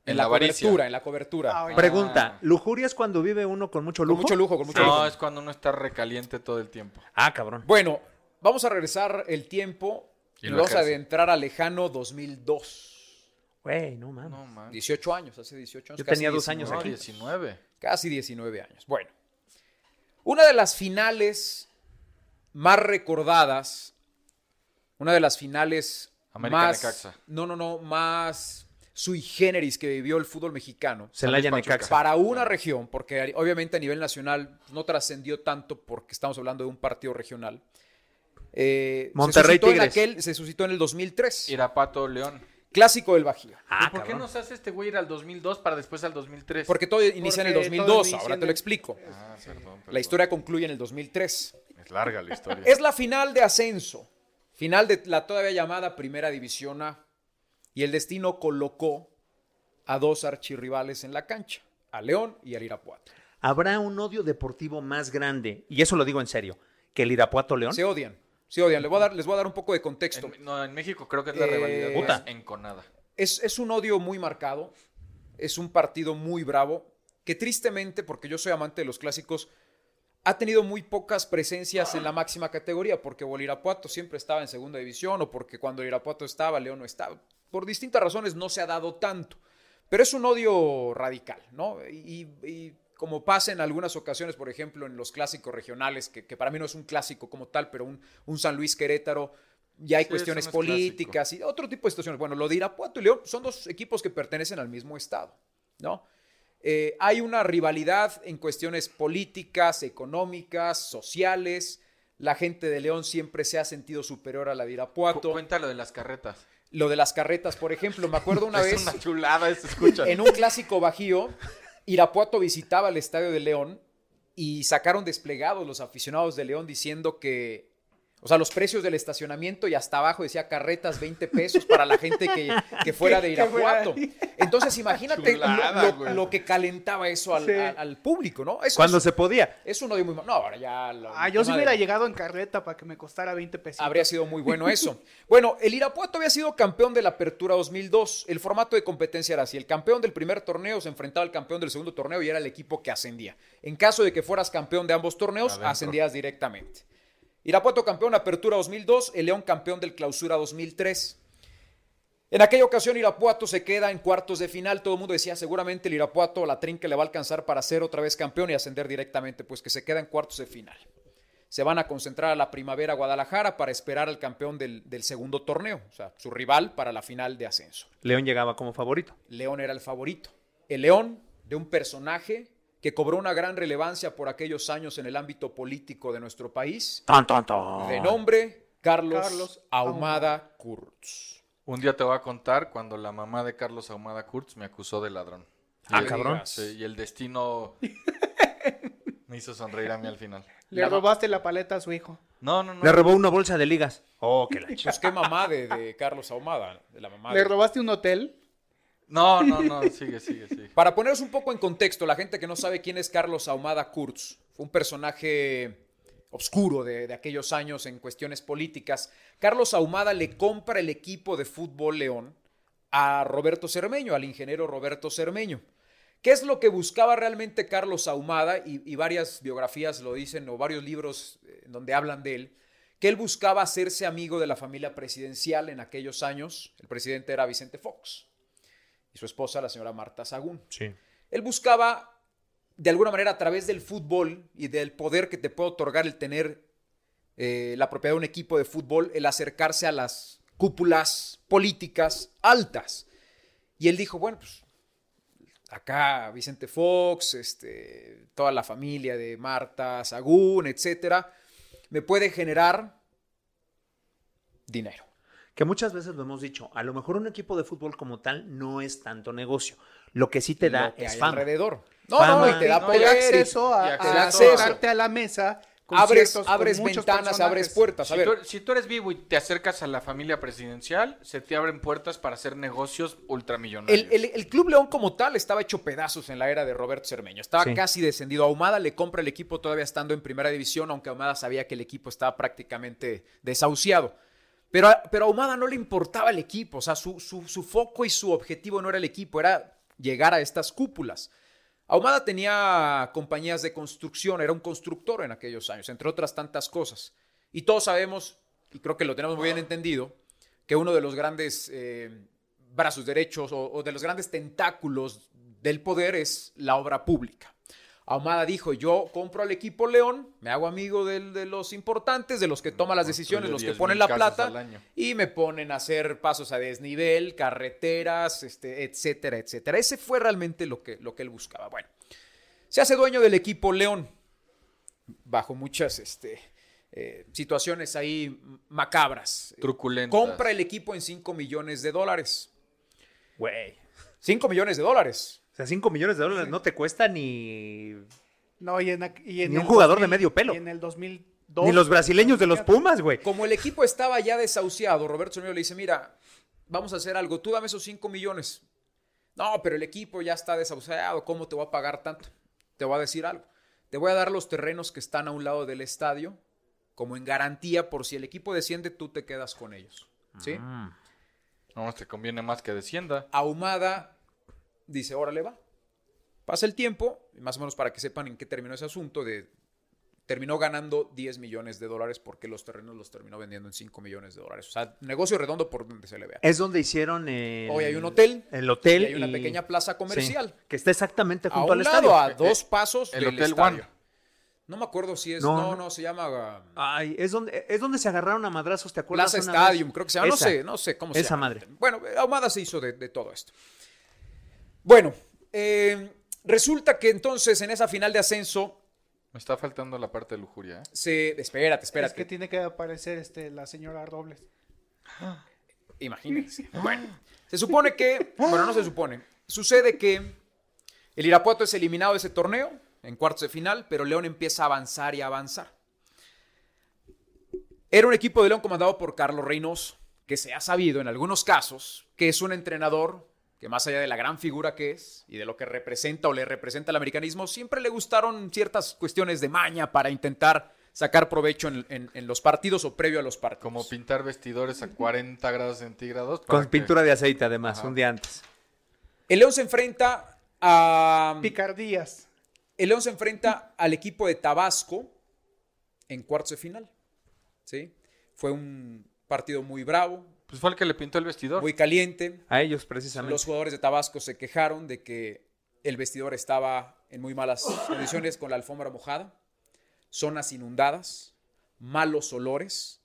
Speaker 3: En la
Speaker 4: la
Speaker 3: avaricia.
Speaker 4: cobertura, en la cobertura.
Speaker 5: Ah, oye.
Speaker 2: Pregunta, ¿lujuria es cuando vive uno con mucho
Speaker 4: con
Speaker 2: lujo?
Speaker 4: mucho lujo, con mucho lujo.
Speaker 3: No, es cuando uno está recaliente todo el tiempo.
Speaker 2: Ah, cabrón.
Speaker 4: Bueno, vamos a regresar el tiempo y
Speaker 3: Y
Speaker 4: nos
Speaker 3: lo
Speaker 4: vamos a
Speaker 3: ejerce.
Speaker 4: adentrar a lejano 2002.
Speaker 2: Güey, no mames.
Speaker 3: No, man.
Speaker 4: 18 años, hace 18 años.
Speaker 2: Yo
Speaker 4: casi
Speaker 2: tenía dos años
Speaker 3: No,
Speaker 2: aquí.
Speaker 3: 19.
Speaker 4: Casi 19 años. Bueno, una de las finales más recordadas, una de las finales
Speaker 3: América
Speaker 4: más...
Speaker 3: Necaxa.
Speaker 4: No, no, no, más sui generis que vivió el fútbol mexicano.
Speaker 2: Celaya
Speaker 3: Luis Pachuca.
Speaker 2: Necaxa.
Speaker 4: Para una región, porque ari- obviamente a nivel nacional no trascendió tanto porque estamos hablando de un partido regional. Eh,
Speaker 2: Monterrey
Speaker 4: se suscitó, en
Speaker 2: Tigres.
Speaker 4: aquel- se suscitó en el 2003.
Speaker 3: Irapato, León.
Speaker 4: Clásico del Bajío.
Speaker 2: Ah,
Speaker 3: ¿Por qué
Speaker 2: cabrón.
Speaker 3: nos hace este güey ir al 2002 para después al 2003?
Speaker 4: Porque todo inicia en el
Speaker 1: Porque todo
Speaker 4: 2002,
Speaker 1: inicia
Speaker 4: ahora
Speaker 1: en
Speaker 4: te lo
Speaker 1: el-
Speaker 4: explico.
Speaker 3: Ah, perdón, perdón.
Speaker 4: La historia concluye en el 2003.
Speaker 3: Es larga la historia.
Speaker 4: Es la final de ascenso, final de la todavía llamada Primera División A, y el destino colocó a dos archirrivales en la cancha, a León y al Irapuato.
Speaker 2: Habrá un odio deportivo más grande, y eso lo digo en serio, que el Irapuato León.
Speaker 4: Se odian, se odian. Les voy a dar, les voy a dar un poco de contexto.
Speaker 3: En- no, en México creo que es la
Speaker 4: Eh,
Speaker 3: rivalidad
Speaker 4: Puta.
Speaker 3: más enconada.
Speaker 4: Es, es un odio muy marcado, es un partido muy bravo, que tristemente, porque yo soy amante de los clásicos, ha tenido muy pocas presencias en la máxima categoría, porque o el Irapuato siempre estaba en segunda división, o porque cuando el Irapuato estaba, León no estaba. Por distintas razones no se ha dado tanto, pero es un odio radical, ¿no? Y, y como pasa en algunas ocasiones, por ejemplo, en los clásicos regionales, que, que para mí no es un clásico como tal, pero un, un San Luis Querétaro, ya hay
Speaker 3: Sí, eso
Speaker 4: cuestiones
Speaker 3: no es clásico.
Speaker 4: políticas políticas y otro tipo de situaciones. Bueno, lo de Irapuato y León son dos equipos que pertenecen al mismo estado, ¿no? Eh, hay una rivalidad en cuestiones políticas, económicas, sociales. La gente de León siempre se ha sentido superior a la de
Speaker 3: Cu-
Speaker 4: Irapuato.
Speaker 3: Cuenta lo de las carretas.
Speaker 4: Lo de las carretas, por ejemplo, me acuerdo una
Speaker 3: es
Speaker 4: vez
Speaker 3: una chulada, se escucha.
Speaker 4: en un clásico bajío, Irapuato visitaba el estadio de León y sacaron desplegados los aficionados de León diciendo que, o sea, los precios del estacionamiento y hasta abajo decía carretas 20 pesos para la gente que, que fuera de
Speaker 1: Que- que fuera
Speaker 4: Irapuato. Entonces, imagínate lo-
Speaker 3: Chulada,
Speaker 4: lo,
Speaker 3: güey.
Speaker 4: lo que calentaba eso al,
Speaker 1: Sí.
Speaker 4: al- al público, ¿no? Eso
Speaker 2: Cuando
Speaker 4: es,
Speaker 2: se podía.
Speaker 4: es un odio muy mal. No, ahora ya. lo-
Speaker 1: Ah, yo
Speaker 4: el
Speaker 1: si
Speaker 4: tema
Speaker 1: hubiera
Speaker 4: de-
Speaker 1: llegado en carreta para que me costara 20 pesos.
Speaker 4: Habría sido muy bueno eso. Bueno, el Irapuato había sido campeón de la Apertura 2002. El formato de competencia era así. El campeón del primer torneo se enfrentaba al campeón del segundo torneo y era el equipo que ascendía. En caso de que fueras campeón de ambos torneos,
Speaker 3: Adentro.
Speaker 4: ascendías directamente. Irapuato campeón Apertura 2002, el León campeón del Clausura 2003. En aquella ocasión Irapuato se queda en cuartos de final. Todo el mundo decía, seguramente el Irapuato a la trinca le va a alcanzar para ser otra vez campeón y ascender directamente, pues que se queda en cuartos de final. Se van a concentrar a la primavera Guadalajara para esperar al campeón del, del segundo torneo, o sea, su rival para la final de ascenso.
Speaker 2: León llegaba como favorito.
Speaker 4: León era el favorito. El León de un personaje que cobró una gran relevancia por aquellos años en el ámbito político de nuestro país,
Speaker 2: Tan, tan, tan.
Speaker 4: de nombre Carlos,
Speaker 1: Carlos
Speaker 4: Ahumada Kurtz.
Speaker 3: Un día te voy a contar cuando la mamá de Carlos Ahumada Kurtz me acusó de ladrón.
Speaker 2: Ah,
Speaker 3: Y el-
Speaker 2: cabrón.
Speaker 3: sí, y el destino me hizo sonreír a mí al final.
Speaker 1: Le robaste la paleta a su hijo.
Speaker 3: No, no, no.
Speaker 2: Le robó una bolsa de ligas. Oh, qué la ch-
Speaker 4: Pues qué mamá de, de Carlos Ahumada, de la mamá.
Speaker 1: Le
Speaker 4: de-
Speaker 1: robaste un hotel.
Speaker 3: No, no, no, sigue, sigue, sigue.
Speaker 4: Para poneros un poco en contexto, la gente que no sabe quién es Carlos Ahumada Kurtz, fue un personaje oscuro de, de aquellos años en cuestiones políticas. Carlos Ahumada le compra el equipo de fútbol León a Roberto Cermeño, al ingeniero Roberto Cermeño. ¿Qué es lo que buscaba realmente Carlos Ahumada? Y, y varias biografías lo dicen, o varios libros eh, donde hablan de él, que él buscaba hacerse amigo de la familia presidencial en aquellos años. El presidente era Vicente Fox y su esposa, la señora Marta Sagún. Él buscaba, de alguna manera, a través del fútbol y del poder que te puede otorgar el tener eh, la propiedad de un equipo de fútbol, el acercarse a las cúpulas políticas altas. Y él dijo, bueno, pues acá Vicente Fox, este, toda la familia de Marta Sagún, etcétera, me puede generar dinero.
Speaker 2: Que muchas veces lo hemos dicho, a lo mejor un equipo de fútbol como tal no es tanto negocio. Lo que sí te da
Speaker 4: lo que
Speaker 2: es
Speaker 4: hay
Speaker 2: fama.
Speaker 4: alrededor. No,
Speaker 2: Fama.
Speaker 4: no, y te
Speaker 3: No,
Speaker 4: da
Speaker 1: Te
Speaker 4: poder.
Speaker 1: da
Speaker 3: Oye,
Speaker 1: acceso a,
Speaker 3: y
Speaker 1: a
Speaker 3: acceso.
Speaker 1: sentarte a la mesa. con
Speaker 4: abres
Speaker 1: ciertos- con
Speaker 4: abres
Speaker 1: muchos
Speaker 4: ventanas, abres
Speaker 1: personajes.
Speaker 4: puertas. A
Speaker 3: Si
Speaker 4: ver,
Speaker 3: tú, si tú eres vivo y te acercas a la familia presidencial, se te abren puertas para hacer negocios ultramillonarios.
Speaker 4: el, el- el Club León como tal estaba hecho pedazos en la era de Roberto Cermeño. Estaba
Speaker 2: Sí.
Speaker 4: casi descendido. Ahumada le compra el equipo todavía estando en primera división, aunque Ahumada sabía que el equipo estaba prácticamente desahuciado. Pero, a- pero a Ahumada no le importaba el equipo. O sea, su, su- su foco y su objetivo no era el equipo, era llegar a estas cúpulas. Ahumada tenía compañías de construcción, era un constructor en aquellos años, entre otras tantas cosas. Y todos sabemos, y creo que lo tenemos muy bien entendido, que uno de los grandes eh, brazos derechos o, o de los grandes tentáculos del poder es la obra pública. Ahumada dijo, yo compro al equipo León, me hago amigo del- de los importantes, de los que toman las decisiones, los que
Speaker 3: Construye
Speaker 4: ponen
Speaker 3: 10,000
Speaker 4: la
Speaker 3: casas
Speaker 4: plata,
Speaker 3: al año.
Speaker 4: y me ponen a hacer pasos a desnivel, carreteras, este, etcétera, etcétera. Ese fue realmente lo que, lo que él buscaba. Bueno, se hace dueño del equipo León, bajo muchas este, eh, situaciones ahí macabras.
Speaker 3: Truculentas.
Speaker 4: Compra el equipo en 5 millones de dólares.
Speaker 2: Güey.
Speaker 4: 5 millones de dólares.
Speaker 2: O sea, 5 millones de dólares no te cuesta ni,
Speaker 1: No, y en, aqu- y en
Speaker 2: Ni un
Speaker 1: el
Speaker 2: jugador de medio pelo.
Speaker 1: Y en el 2002.
Speaker 2: ni los brasileños de los Pumas, güey.
Speaker 4: Como el equipo estaba ya desahuciado, Roberto Solmedo le dice, mira, vamos a hacer algo, tú dame esos 5 millones. No, pero el equipo ya está desahuciado, ¿cómo te voy a pagar tanto? Te voy a decir algo. Te voy a dar los terrenos que están a un lado del estadio como en garantía por si el equipo desciende, tú te quedas con ellos. ¿Sí?
Speaker 2: Ah.
Speaker 3: No, te conviene más que descienda.
Speaker 4: Ahumada dice, órale va. Pasa el tiempo, y más o menos para que sepan en qué terminó ese asunto, de, terminó ganando 10 millones de dólares porque los terrenos los terminó vendiendo en 5 millones de dólares. O sea, negocio redondo por donde se le vea.
Speaker 2: Es donde hicieron el,
Speaker 4: Hoy hay un hotel
Speaker 2: el hotel
Speaker 4: y hay una pequeña plaza comercial.
Speaker 2: Sí, que está exactamente
Speaker 4: A
Speaker 2: junto
Speaker 4: un
Speaker 2: al
Speaker 4: lado,
Speaker 2: estadio. Eh,
Speaker 4: a dos pasos
Speaker 3: El
Speaker 4: del
Speaker 3: Hotel
Speaker 4: estadio.
Speaker 3: One.
Speaker 4: No me acuerdo si es...
Speaker 2: No,
Speaker 4: No, no,
Speaker 2: no.
Speaker 4: se llama... ah,
Speaker 2: Ay, es donde es donde se agarraron a madrazos, ¿te acuerdas?
Speaker 4: Plaza
Speaker 2: una vez?
Speaker 4: Stadium, creo que se llama.
Speaker 2: Esa.
Speaker 4: No sé, no sé cómo se
Speaker 2: Esa
Speaker 4: llama.
Speaker 2: madre.
Speaker 4: Bueno, Ahumada se hizo de, de todo esto. Bueno, eh, resulta que entonces en esa final de ascenso
Speaker 3: Me está faltando la parte de lujuria, ¿eh?
Speaker 4: se. Espérate,
Speaker 1: Es
Speaker 4: espérate.
Speaker 1: que tiene que aparecer este, la señora Robles.
Speaker 4: Imagínense. Bueno, se supone que. Bueno, no se supone. Sucede que el Irapuato es eliminado de ese torneo en cuartos de final, pero León empieza a avanzar y a avanzar. Era un equipo de León comandado por Carlos Reynoso, que se ha sabido en algunos casos que es un entrenador que más allá de la gran figura que es y de lo que representa o le representa el americanismo, siempre le gustaron ciertas cuestiones de maña para intentar sacar provecho en, en- en los partidos o previo a los partidos.
Speaker 3: Como pintar vestidores a 40 grados centígrados. para
Speaker 2: Con
Speaker 3: que-
Speaker 2: pintura de aceite, además,
Speaker 3: Ajá.
Speaker 2: un día antes.
Speaker 4: El León se enfrenta a.
Speaker 1: Picardías.
Speaker 4: El León se enfrenta al equipo de Tabasco en cuartos de final. ¿Sí? Fue un partido muy bravo,
Speaker 3: Pues fue el que le pintó el vestidor.
Speaker 4: muy caliente.
Speaker 2: A ellos, precisamente.
Speaker 4: Los jugadores de Tabasco se quejaron de que el vestidor estaba en muy malas condiciones con la alfombra mojada, zonas inundadas, malos olores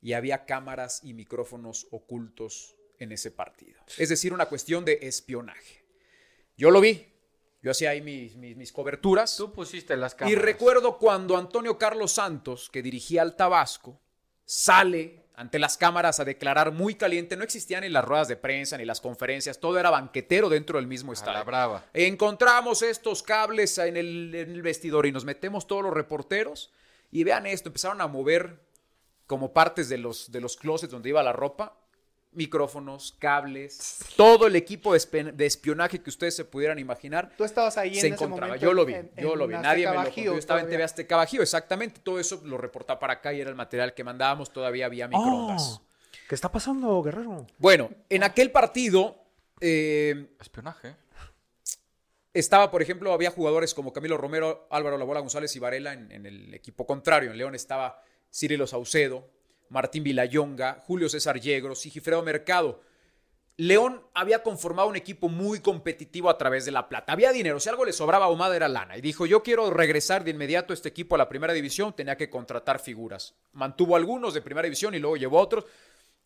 Speaker 4: y había cámaras y micrófonos ocultos en ese partido. Es decir, una cuestión de espionaje. Yo lo vi, yo hacía ahí mis, mis- mis coberturas.
Speaker 3: Tú pusiste las
Speaker 4: Y
Speaker 3: cámaras.
Speaker 4: recuerdo cuando Antonio Carlos Santos, que dirigía al Tabasco, sale ante las cámaras a declarar muy caliente. No existían ni las ruedas de prensa, ni las conferencias, todo era banquetero dentro del mismo
Speaker 3: A la
Speaker 4: estadio.
Speaker 3: brava.
Speaker 4: Encontramos estos cables en el, en el vestidor y nos metemos todos los reporteros. Y vean esto, empezaron a mover como partes de los, de los closets donde iba la ropa, micrófonos, cables, todo el equipo de espe- de espionaje que ustedes se pudieran imaginar
Speaker 1: Tú estabas ahí
Speaker 4: se
Speaker 1: en ese
Speaker 4: encontraba.
Speaker 1: momento.
Speaker 4: Yo lo vi,
Speaker 1: en-
Speaker 4: yo
Speaker 1: en
Speaker 4: lo vi.
Speaker 1: Azteca
Speaker 4: Nadie me lo contó.
Speaker 1: Bajío
Speaker 4: Yo estaba en
Speaker 1: todavía.
Speaker 4: TV Azteca Bajío, exactamente. Todo eso lo reportaba para acá y era el material que mandábamos. Todavía había microondas.
Speaker 2: Oh, ¿Qué está pasando, Guerrero?
Speaker 4: Bueno, en aquel partido eh,
Speaker 3: Espionaje.
Speaker 4: estaba, por ejemplo, había jugadores como Camilo Romero, Álvaro Labola González y Varela en, en el equipo contrario. En León estaba Cirilo Saucedo, Martín Vilayonga, Julio César Yegros y Gifredo Mercado. León había conformado un equipo muy competitivo a través de la plata. Había dinero, si algo le sobraba a Ahumada era lana. Y dijo, yo quiero regresar de inmediato este equipo a la primera división, tenía que contratar figuras. Mantuvo algunos de primera división y luego llevó otros.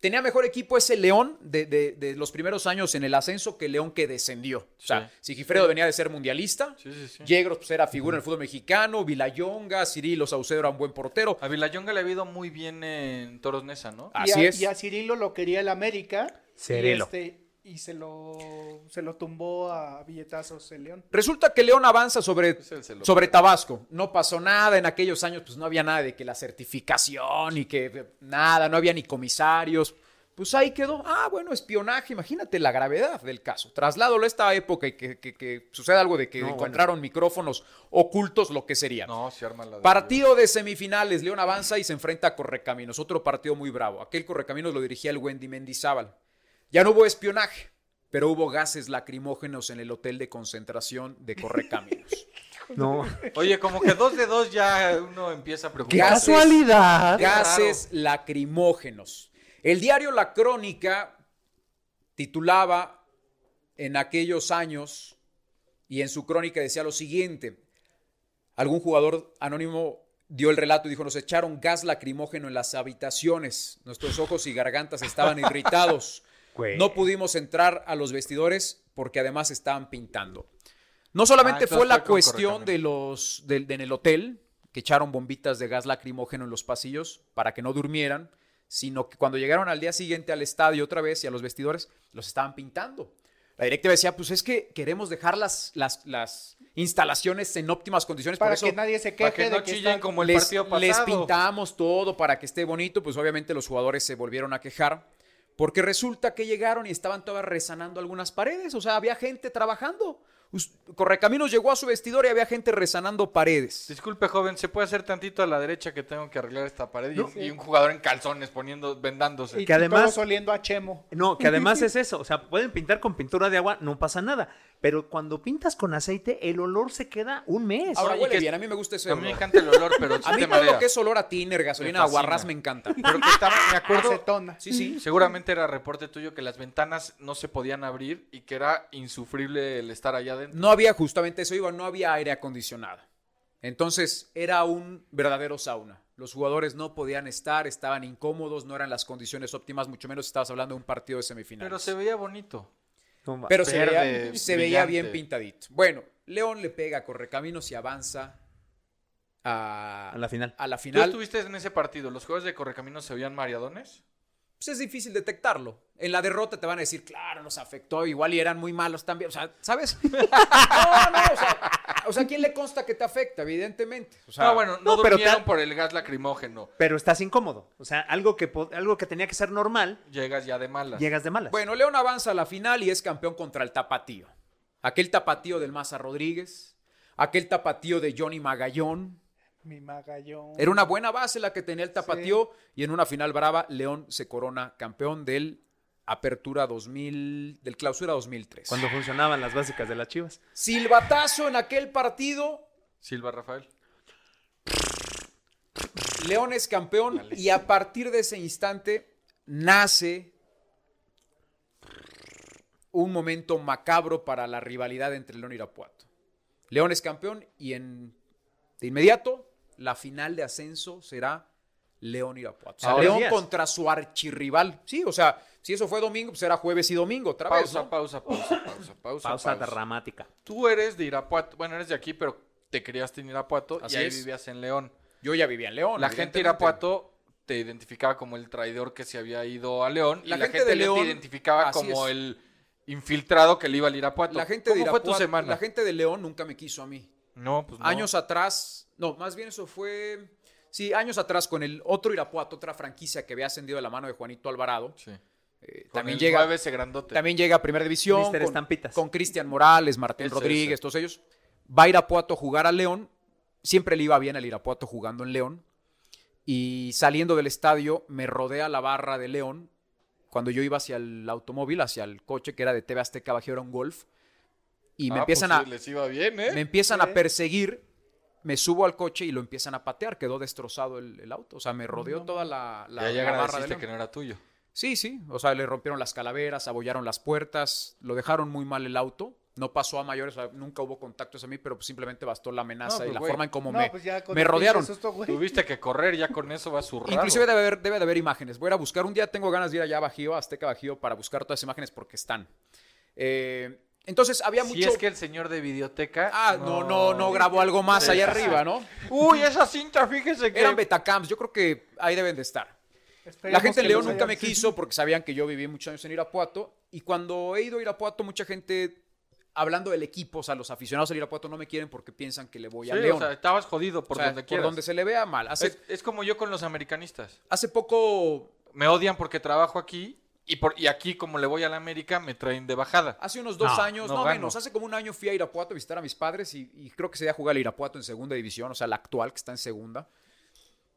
Speaker 4: Tenía mejor equipo ese León de, de- de los primeros años en el ascenso que León que descendió. O sea, si Gifredo venía de ser mundialista,
Speaker 3: Sí, sí, sí.
Speaker 4: Yegros pues, era figura en el fútbol mexicano, Vilayonga, Cirilo Saucedo era un buen portero.
Speaker 3: A Vilayonga le ha ido muy bien en Toros Nesa, ¿no?
Speaker 1: Y
Speaker 4: Así
Speaker 1: a,
Speaker 4: es.
Speaker 1: Y a Cirilo lo quería el América.
Speaker 2: Cirilo.
Speaker 1: Y, este, y se lo se lo tumbó a billetazos el León.
Speaker 4: Resulta que León avanza sobre,
Speaker 3: Es el celular.
Speaker 4: sobre Tabasco. No pasó nada en aquellos años, pues no había nada de que la certificación y que eh, nada, no había ni comisarios. Pues ahí quedó. Ah, bueno, espionaje. Imagínate la gravedad del caso. Trasládalo a esta época y que, que- que suceda algo de que encontraron micrófonos ocultos, lo que sería.
Speaker 3: No, se arma la de-
Speaker 4: Partido de semifinales, León avanza y se enfrenta a Correcaminos, otro partido muy bravo. Aquel Correcaminos lo dirigía el Wendy Mendizábal. Ya no hubo espionaje, pero hubo gases lacrimógenos en el hotel de concentración de Correcaminos.
Speaker 2: No.
Speaker 3: Oye, como que dos de dos ya uno empieza a preocuparse.
Speaker 4: Gases-
Speaker 2: casualidad!
Speaker 4: Gases lacrimógenos. El diario La Crónica titulaba en aquellos años y en su crónica decía lo siguiente. Algún jugador anónimo dio el relato y dijo, nos echaron gas lacrimógeno en las habitaciones. Nuestros ojos y gargantas estaban irritados.
Speaker 2: Güey.
Speaker 4: No pudimos entrar a los vestidores porque además estaban pintando. No solamente
Speaker 3: Ah, entonces
Speaker 4: fue la
Speaker 3: fue con
Speaker 4: cuestión
Speaker 3: correcaminos.
Speaker 4: de los del- de- en el hotel, que echaron bombitas de gas lacrimógeno en los pasillos para que no durmieran, sino que cuando llegaron al día siguiente al estadio otra vez y a los vestidores, los estaban pintando. La directiva decía, pues es que queremos dejar las, las, las instalaciones en óptimas condiciones.
Speaker 1: Para
Speaker 4: por eso
Speaker 1: que nadie se
Speaker 3: Para
Speaker 1: queje
Speaker 3: que no
Speaker 1: de que
Speaker 3: chillen
Speaker 1: están-
Speaker 3: como el
Speaker 4: les,
Speaker 3: partido
Speaker 4: les
Speaker 3: pasado.
Speaker 4: pintamos todo para que esté bonito, pues obviamente los jugadores se volvieron a quejar, porque resulta que llegaron y estaban todavía resanando algunas paredes, o sea, había gente trabajando. Us- Correcaminos llegó a su vestidor y había gente resanando paredes.
Speaker 3: Disculpe, joven, ¿se puede hacer tantito a la derecha que tengo que arreglar esta pared? Y-
Speaker 2: No.
Speaker 3: Y, un jugador en calzones poniendo, vendándose.
Speaker 1: y
Speaker 2: que además-
Speaker 1: todos oliendo a chemo.
Speaker 2: No, que además es eso. O sea, pueden pintar con pintura de agua, no pasa nada. Pero cuando pintas con aceite, el olor se queda un mes.
Speaker 4: Ahora
Speaker 3: y
Speaker 4: huele
Speaker 3: que-
Speaker 4: bien, a mí me gusta ese
Speaker 3: A mí me
Speaker 4: olor.
Speaker 3: encanta el olor, pero sí
Speaker 4: A mí
Speaker 3: te
Speaker 4: todo
Speaker 3: marea.
Speaker 4: lo que es olor a tiner, gasolina,
Speaker 3: Me
Speaker 4: aguarrás
Speaker 3: fascina.
Speaker 4: me encanta.
Speaker 3: Pero que estaba, me acuerdo,
Speaker 1: Acetona.
Speaker 4: Sí, sí.
Speaker 3: seguramente era reporte tuyo que las ventanas no se podían abrir y que era insufrible el estar allá adentro.
Speaker 4: No había justamente eso, iba, no había aire acondicionado. Entonces era un verdadero sauna. Los jugadores no podían estar, estaban incómodos, no eran las condiciones óptimas, mucho menos estabas hablando de un partido de semifinales.
Speaker 3: Pero se veía bonito.
Speaker 2: No,
Speaker 4: Pero se
Speaker 3: verde,
Speaker 4: veía, se veía
Speaker 3: brillante.
Speaker 4: bien pintadito. Bueno, León le pega a Correcaminos y avanza a,
Speaker 2: a la final.
Speaker 4: a la
Speaker 3: ¿Tú
Speaker 4: final.
Speaker 3: estuviste en ese partido? ¿Los jugadores de Correcaminos se veían mariadones?
Speaker 4: Pues es difícil detectarlo. En la derrota te van a decir, claro, nos afectó, igual y eran muy malos también. O sea, ¿sabes? No, no, o sea, o sea, ¿quién le consta que te afecta? Evidentemente. O sea,
Speaker 3: ah, bueno, no,
Speaker 2: no, pero
Speaker 3: durmieron
Speaker 2: tal-
Speaker 3: por el gas lacrimógeno.
Speaker 2: Pero estás incómodo. O sea, algo que, po- algo que tenía que ser normal,
Speaker 3: Llegas ya de malas.
Speaker 2: llegas de malas.
Speaker 4: Bueno, León avanza a la final y es campeón contra el Tapatío. Aquel Tapatío del Maza Rodríguez, aquel Tapatío de Johnny Magallón.
Speaker 1: Mi magallón.
Speaker 4: Era una buena base la que tenía el Tapatío y en una final brava León se corona campeón del Apertura 2000, del Clausura 2003.
Speaker 2: Cuando funcionaban las básicas de las chivas.
Speaker 4: Silbatazo en aquel partido,
Speaker 3: Silva Rafael.
Speaker 4: León es campeón y a partir de ese instante nace un momento macabro para la rivalidad entre León y Irapuato. León es campeón y en, de inmediato la final de ascenso será León Irapuato. O sea,
Speaker 2: Ahora
Speaker 4: León
Speaker 2: días.
Speaker 4: contra su archirrival. Sí, o sea, si eso fue domingo, pues será jueves y domingo otra vez.
Speaker 3: Pausa,
Speaker 4: ¿no?
Speaker 3: pausa, pausa, pausa, pausa.
Speaker 2: Pausa dramática.
Speaker 3: Tú eres de Irapuato. Bueno, eres de aquí, pero te criaste en Irapuato
Speaker 4: Así
Speaker 3: y ahí
Speaker 4: es.
Speaker 3: vivías en León.
Speaker 4: Yo ya vivía en León.
Speaker 3: la gente de
Speaker 4: evidentemente.
Speaker 3: Irapuato te identificaba como el traidor que se había ido a León.
Speaker 4: La
Speaker 3: y la
Speaker 4: gente
Speaker 3: gente,
Speaker 4: de
Speaker 3: de León te
Speaker 4: León,
Speaker 3: identificaba
Speaker 4: así
Speaker 3: como
Speaker 4: es.
Speaker 3: el infiltrado que le iba al Irapuato.
Speaker 4: La gente,
Speaker 3: ¿Cómo
Speaker 4: de
Speaker 3: fue tu
Speaker 4: Irapuato-
Speaker 3: semana?
Speaker 4: la gente Ah, de León nunca me quiso a mí.
Speaker 3: No, pues no.
Speaker 4: años atrás, no, más bien eso fue, sí, años atrás con el otro Irapuato, otra franquicia que había ascendido de la mano de Juanito Alvarado.
Speaker 3: Sí.
Speaker 4: Eh,
Speaker 3: Con el
Speaker 4: también
Speaker 3: este,
Speaker 4: llega,
Speaker 3: nueve ese grandote.
Speaker 4: también llega a Primera División
Speaker 2: Mister
Speaker 4: con-
Speaker 2: Estampitas.
Speaker 4: con Cristian Morales, Martín
Speaker 3: Ese,
Speaker 4: Rodríguez,
Speaker 3: ese.
Speaker 4: todos ellos. Va a Irapuato a jugar a León. Siempre le iba bien al Irapuato jugando en León. Y saliendo del estadio me rodea la barra de León. Cuando yo iba hacia el automóvil, hacia el coche que era de TV Azteca, bajé era un golf. Y me
Speaker 3: Ah,
Speaker 4: empiezan
Speaker 3: pues
Speaker 4: a
Speaker 3: sí, Les iba bien, ¿eh?
Speaker 4: me em- empiezan a
Speaker 1: ¿Eh?
Speaker 4: perseguir, me subo al coche y lo empiezan a patear. Quedó destrozado el, el auto. O sea, me rodeó toda la, la-
Speaker 3: ya ya
Speaker 4: la barra de
Speaker 3: agradeciste
Speaker 4: León.
Speaker 3: que no era tuyo.
Speaker 4: Sí, sí. O sea, le rompieron las calaveras, abollaron las puertas, lo dejaron muy mal el auto. No pasó a mayores, o sea, nunca hubo contactos a mí, pero pues simplemente bastó la
Speaker 3: No,
Speaker 4: amenaza y
Speaker 3: pues,
Speaker 4: la
Speaker 3: güey.
Speaker 4: forma en cómo
Speaker 1: No,
Speaker 4: me,
Speaker 1: pues ya con
Speaker 4: me
Speaker 1: el pinche
Speaker 4: rodearon.
Speaker 1: susto, güey.
Speaker 3: Tuviste que correr, ya con eso vas zurrado.
Speaker 4: Inclusive debe, haber, debe de haber imágenes. Voy a ir a buscar un día, tengo ganas de ir allá a Bajío, a Azteca Bajío, para buscar todas las imágenes porque están. Eh, entonces había
Speaker 3: Si
Speaker 4: mucho...
Speaker 3: es que el señor de videoteca...
Speaker 4: Ah, no, no, no grabó algo más allá arriba, ¿no?
Speaker 3: Uy, esa cinta, fíjese que...
Speaker 4: Eran betacams, yo creo que ahí deben de estar.
Speaker 1: Esperemos
Speaker 4: La gente
Speaker 1: que
Speaker 4: en León
Speaker 1: nos
Speaker 4: nunca
Speaker 1: hayan-
Speaker 4: me quiso porque sabían que yo viví muchos años en Irapuato. Y cuando he ido a Irapuato, mucha gente, hablando del equipo, o sea, los aficionados al Irapuato no me quieren porque piensan que le voy
Speaker 3: Sí,
Speaker 4: a León.
Speaker 3: o sea, estabas jodido por
Speaker 4: O sea,
Speaker 3: donde quieras.
Speaker 4: se le vea mal. Hace,
Speaker 3: Es, es como yo con los americanistas.
Speaker 4: hace poco,
Speaker 3: Me odian porque trabajo aquí y, por, y aquí, como le voy a la América, me traen de bajada.
Speaker 4: hace unos dos
Speaker 3: No,
Speaker 4: años,
Speaker 3: no
Speaker 4: no,
Speaker 3: gano.
Speaker 4: menos, hace como un año fui a Irapuato a visitar a mis padres y, y creo que se iba a jugar el Irapuato en segunda división, o sea, la actual que está en segunda.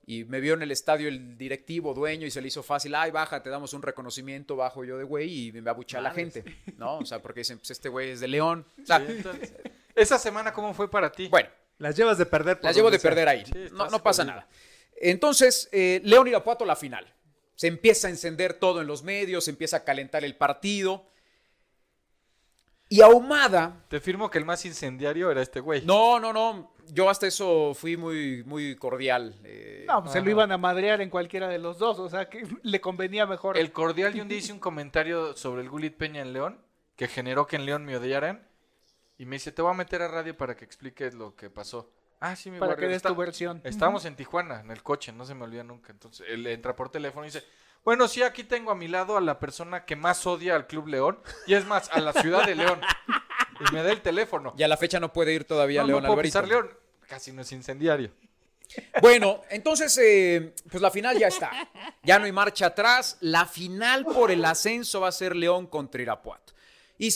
Speaker 4: Y me vio en el estadio el directivo, dueño, y se le hizo fácil. Ay, baja, te damos un reconocimiento, bajo yo de güey, y me abucha la gente, ¿no? O sea, porque dicen, pues este güey es de León. O
Speaker 1: Ah,
Speaker 4: sea,
Speaker 3: Entonces, Esa semana, ¿cómo fue para ti?
Speaker 4: Bueno,
Speaker 2: Las llevas de perder. por
Speaker 4: las llevo
Speaker 2: donde
Speaker 4: de
Speaker 2: sea.
Speaker 4: perder ahí.
Speaker 3: Sí, estás
Speaker 4: no, no pasa
Speaker 3: jodido.
Speaker 4: nada. Entonces, eh, León Irapuato, la final. Se empieza a encender todo en los medios, se empieza a calentar el partido. Y Ahumada.
Speaker 3: Te firmo que el más incendiario era este güey.
Speaker 4: No, no, no. Yo hasta eso fui muy, muy cordial. eh,
Speaker 1: No, pues se lo iban a madrear en cualquiera de los dos, o sea, que le convenía mejor.
Speaker 3: El cordial, y un día hice un comentario sobre el Gulit Peña en León, que generó que en León me odiaran. Y me dice, te voy a meter a radio para que expliques lo que pasó. Ah, sí, mi
Speaker 1: para
Speaker 3: guardia,
Speaker 1: que des
Speaker 3: está-
Speaker 1: tu versión.
Speaker 3: Estábamos en Tijuana, en el coche, no se me olvida nunca. Entonces, él entra por teléfono y dice, Bueno, sí, aquí tengo a mi lado a la persona que más odia al Club León y es más, a la ciudad de León. Y me da el teléfono.
Speaker 4: Y a la fecha no puede ir todavía
Speaker 3: no, no
Speaker 4: León
Speaker 3: puedo
Speaker 4: Alvarito.
Speaker 3: pisar León. Casi no es incendiario.
Speaker 4: Bueno, entonces, eh, pues la final ya está. Ya no hay marcha atrás. La final por el ascenso va a ser León contra Irapuato.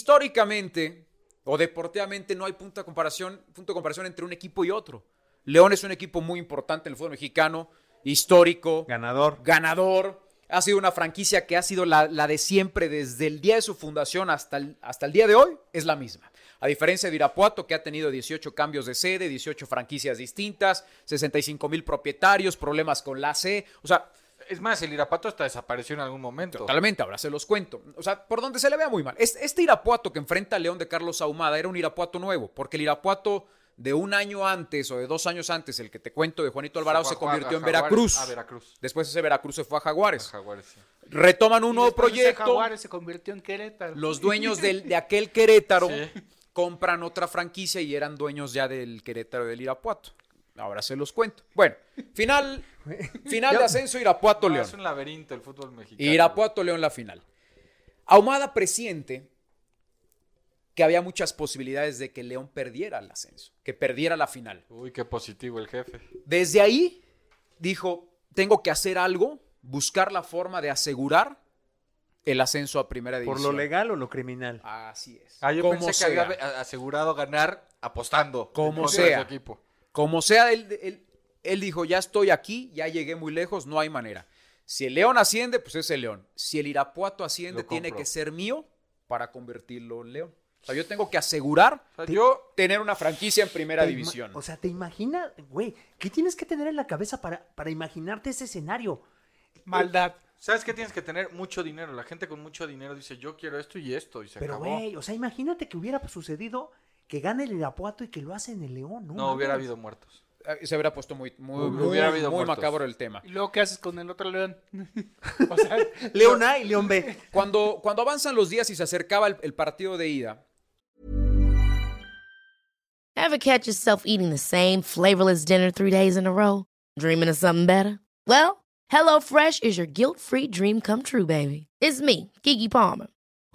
Speaker 4: Históricamente o deportivamente no hay punto de comparación, punto de comparación entre un equipo y otro. León es un equipo muy importante en el fútbol mexicano, histórico,
Speaker 2: Ganador.
Speaker 4: ganador. Ha sido una franquicia que ha sido la, la de siempre desde el día de su fundación hasta el, hasta el día de hoy, es la misma. A diferencia de Irapuato, que ha tenido 18 cambios de sede, 18 franquicias distintas, 65 mil propietarios, problemas con la C. O sea,
Speaker 3: Es más, el Irapato hasta desapareció en algún momento.
Speaker 4: Totalmente, ahora se los cuento. O sea, por donde se le vea muy mal. Es- Este Irapuato que enfrenta a León de Carlos Ahumada era un Irapuato nuevo, porque el Irapuato de un año antes o de dos años antes, el que te cuento de Juanito Alvarado,
Speaker 3: fue
Speaker 4: se
Speaker 3: a Jua-
Speaker 4: convirtió
Speaker 3: a
Speaker 4: en
Speaker 3: Jaguares,
Speaker 4: Veracruz.
Speaker 3: a Veracruz.
Speaker 4: Después ese Veracruz se fue a Jaguares.
Speaker 3: Jaguares, sí.
Speaker 4: Retoman un
Speaker 1: Y
Speaker 4: nuevo
Speaker 1: después ese
Speaker 4: proyecto.
Speaker 1: Jaguares se convirtió en Querétaro.
Speaker 4: Los dueños del- de aquel Querétaro
Speaker 3: Sí.
Speaker 4: compran otra franquicia y eran dueños ya del Querétaro del Irapuato. Ahora se los cuento. Bueno, final, final de ascenso
Speaker 1: Ah,
Speaker 3: No,
Speaker 4: Irapuato-León.
Speaker 3: Ah, es un laberinto el fútbol mexicano.
Speaker 4: Irapuato León la final. Ahumada presiente que había muchas posibilidades de que León perdiera el ascenso, que perdiera la final.
Speaker 3: Uy, qué positivo el jefe.
Speaker 4: Desde ahí dijo, tengo que hacer algo, buscar la forma de asegurar el ascenso a primera división.
Speaker 2: ¿Por lo legal o lo criminal?
Speaker 4: Así es.
Speaker 3: Ah, yo
Speaker 4: Como
Speaker 3: pensé que
Speaker 4: sea.
Speaker 3: había a- asegurado ganar apostando.
Speaker 4: Como
Speaker 3: en contra de
Speaker 4: sea.
Speaker 3: su equipo.
Speaker 4: Como sea, él, él- él dijo, ya estoy aquí, ya llegué muy lejos, no hay manera. Si el León asciende, pues es el León. Si el Irapuato asciende,
Speaker 3: Lo
Speaker 4: tiene
Speaker 3: compro.
Speaker 4: que ser mío para convertirlo en León. O sea, yo tengo que asegurar
Speaker 3: O sea, yo,
Speaker 4: tener una franquicia en primera
Speaker 2: Te ima-
Speaker 4: división.
Speaker 6: O sea, te imaginas, güey, ¿qué tienes que tener en la cabeza para, para imaginarte ese escenario?
Speaker 1: Maldad.
Speaker 3: ¿sabes qué tienes que tener? Mucho dinero. La gente con mucho dinero dice, yo quiero esto y esto, y se
Speaker 6: Pero,
Speaker 3: acabó.
Speaker 6: güey, o sea, imagínate que hubiera sucedido que gane el Irapuato y que lo hace en el León, ¿no?
Speaker 3: no hubiera
Speaker 6: mames.
Speaker 3: habido muertos.
Speaker 4: Eh, Se hubiera puesto muy, muy,
Speaker 3: Hubiera
Speaker 4: muy-
Speaker 3: habido
Speaker 4: muy
Speaker 3: muertos.
Speaker 4: macabro el tema.
Speaker 1: ¿Y luego qué haces con el otro león? o sea,
Speaker 6: León A y León B.
Speaker 4: Cuando, cuando avanzan los días y se acercaba el, el partido de ida,
Speaker 7: Ever catch yourself eating the same flavorless dinner three days in a row? Dreaming of something better? Well, HelloFresh is your guilt free dream come true, baby. It's me, Kiki Palmer.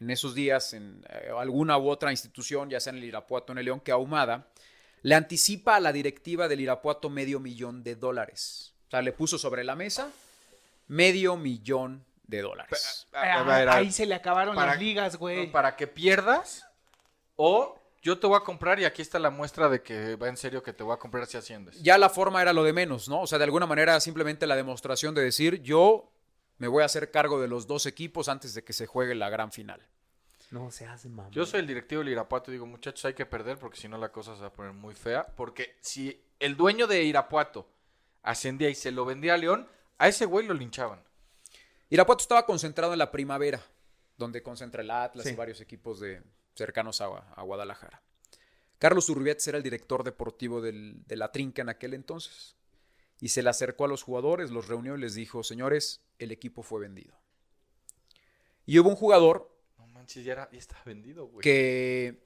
Speaker 4: en esos días en eh, alguna u otra institución, ya sea en el Irapuato o en el León, que Ahumada le anticipa a la directiva del Irapuato medio millón de dólares. O sea, le puso sobre la mesa medio millón de dólares.
Speaker 3: A- a- a ver, a-
Speaker 1: ahí se le acabaron
Speaker 3: Ah, para-
Speaker 1: las ligas, güey.
Speaker 3: no, para que pierdas o yo te voy a comprar y aquí está la muestra de que va en serio que te voy a comprar si asciendes.
Speaker 4: Ya la forma era lo de menos, ¿no? O sea, de alguna manera simplemente la demostración de decir yo me voy a hacer cargo de los dos equipos antes de que se juegue la gran final.
Speaker 6: No se hace, mamá.
Speaker 3: Yo soy el directivo del Irapuato y digo, muchachos, hay que perder porque si no la cosa se va a poner muy fea. Porque si el dueño de Irapuato ascendía y se lo vendía a León, a ese güey lo linchaban.
Speaker 4: Irapuato estaba concentrado en la primavera, donde concentra el Atlas y varios equipos de, cercanos a, Gua- a Guadalajara. Carlos Urbiates era el director deportivo del- de la trinca en aquel entonces. Y se le acercó a los jugadores, los reunió y les dijo, señores, el equipo fue vendido. Y hubo un jugador
Speaker 3: No manches, ya, era- ya estaba vendido, güey.
Speaker 4: que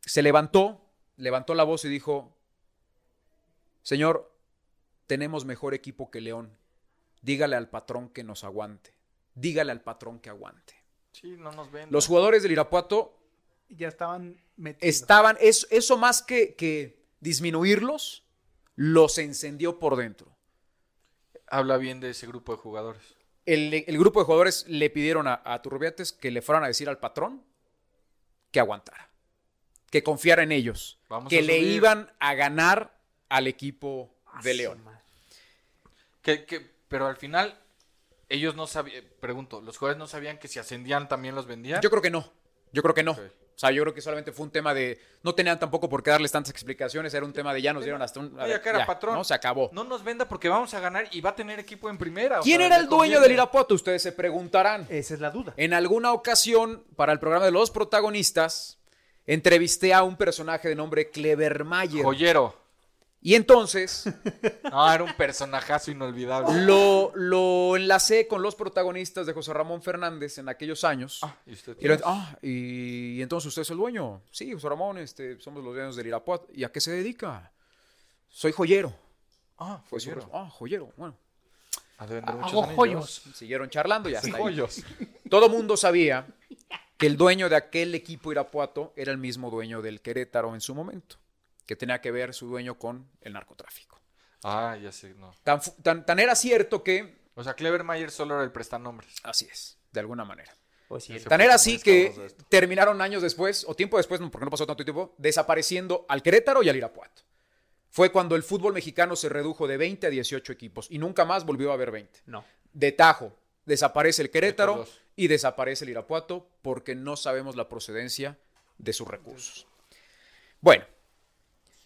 Speaker 4: se levantó, levantó la voz y dijo, Señor, tenemos mejor equipo que León. Dígale al patrón que nos aguante. Dígale al patrón que aguante.
Speaker 3: Sí, no nos venden.
Speaker 4: Los jugadores del Irapuato
Speaker 1: Ya estaban metidos.
Speaker 4: estaban, es- eso más que, que disminuirlos, los encendió por dentro.
Speaker 3: Habla bien de ese grupo de jugadores.
Speaker 4: El, el grupo de jugadores le pidieron a, a Turbiates que le fueran a decir al patrón que aguantara, que confiara en ellos,
Speaker 3: Vamos a
Speaker 4: que le
Speaker 3: subir.
Speaker 4: iban a ganar al equipo
Speaker 2: Ah,
Speaker 4: de León.
Speaker 3: Que, que- pero al final, eh, ellos no sabían, pregunto, los jugadores no sabían que si ascendían también los vendían.
Speaker 4: Yo creo que no, yo creo que no.
Speaker 3: Ok.
Speaker 4: O sea, yo creo que solamente fue un tema de. No tenían tampoco por qué darles tantas explicaciones. Era un tema de ya nos dieron hasta un. a
Speaker 3: Oye,
Speaker 4: ver,
Speaker 3: acá era
Speaker 4: ya,
Speaker 3: patrón.
Speaker 4: ¿no? Se acabó.
Speaker 3: No nos venda porque vamos a ganar y va a tener equipo en primera. o
Speaker 4: ¿Quién
Speaker 3: sea,
Speaker 4: era
Speaker 3: le
Speaker 4: el dueño
Speaker 3: conviene.
Speaker 4: del Irapuato? Ustedes se preguntarán.
Speaker 6: Esa es la duda.
Speaker 4: En alguna ocasión, para el programa de los protagonistas, entrevisté a un personaje de nombre Clever Mayer.
Speaker 3: Joyero.
Speaker 4: Y entonces
Speaker 3: No, era un personajazo inolvidable.
Speaker 4: lo, lo enlacé con los protagonistas de José Ramón Fernández en aquellos años.
Speaker 3: Ah, ¿y usted
Speaker 4: Y, lo- ah, y- y entonces usted es el dueño. Sí, José Ramón, este, somos los dueños del Irapuato. ¿Y a qué se dedica? Soy joyero.
Speaker 3: Ah,
Speaker 4: Fue su Ah,
Speaker 3: joyero.
Speaker 4: respuesta. Ah, joyero. Bueno,
Speaker 3: Ha de vender muchos
Speaker 1: Hago
Speaker 3: anillos.
Speaker 1: joyos.
Speaker 4: siguieron charlando y hasta ahí.
Speaker 3: Joyos.
Speaker 4: Todo mundo sabía que el dueño de aquel equipo Irapuato era el mismo dueño del Querétaro en su momento, que tenía que ver su dueño con el narcotráfico.
Speaker 3: Ah, ya sé, no.
Speaker 4: Tan, fu- tan- tan era cierto que,
Speaker 3: O sea, Clevermayer solo era el prestanombres.
Speaker 4: así es, de alguna manera.
Speaker 6: Pues sí,
Speaker 3: Ese
Speaker 4: Tan
Speaker 3: fue
Speaker 4: era
Speaker 3: como
Speaker 4: así
Speaker 3: es
Speaker 4: que
Speaker 3: cabroso esto.
Speaker 4: terminaron años después, o tiempo después, no, porque no pasó tanto tiempo, desapareciendo al Querétaro y al Irapuato. Fue cuando el fútbol mexicano se redujo de 20 a 18 equipos y nunca más volvió a haber 20.
Speaker 6: No.
Speaker 4: de tajo. Desaparece el
Speaker 3: De
Speaker 4: Querétaro
Speaker 3: por dos.
Speaker 4: y desaparece el Irapuato porque no sabemos la procedencia de sus recursos. Bueno,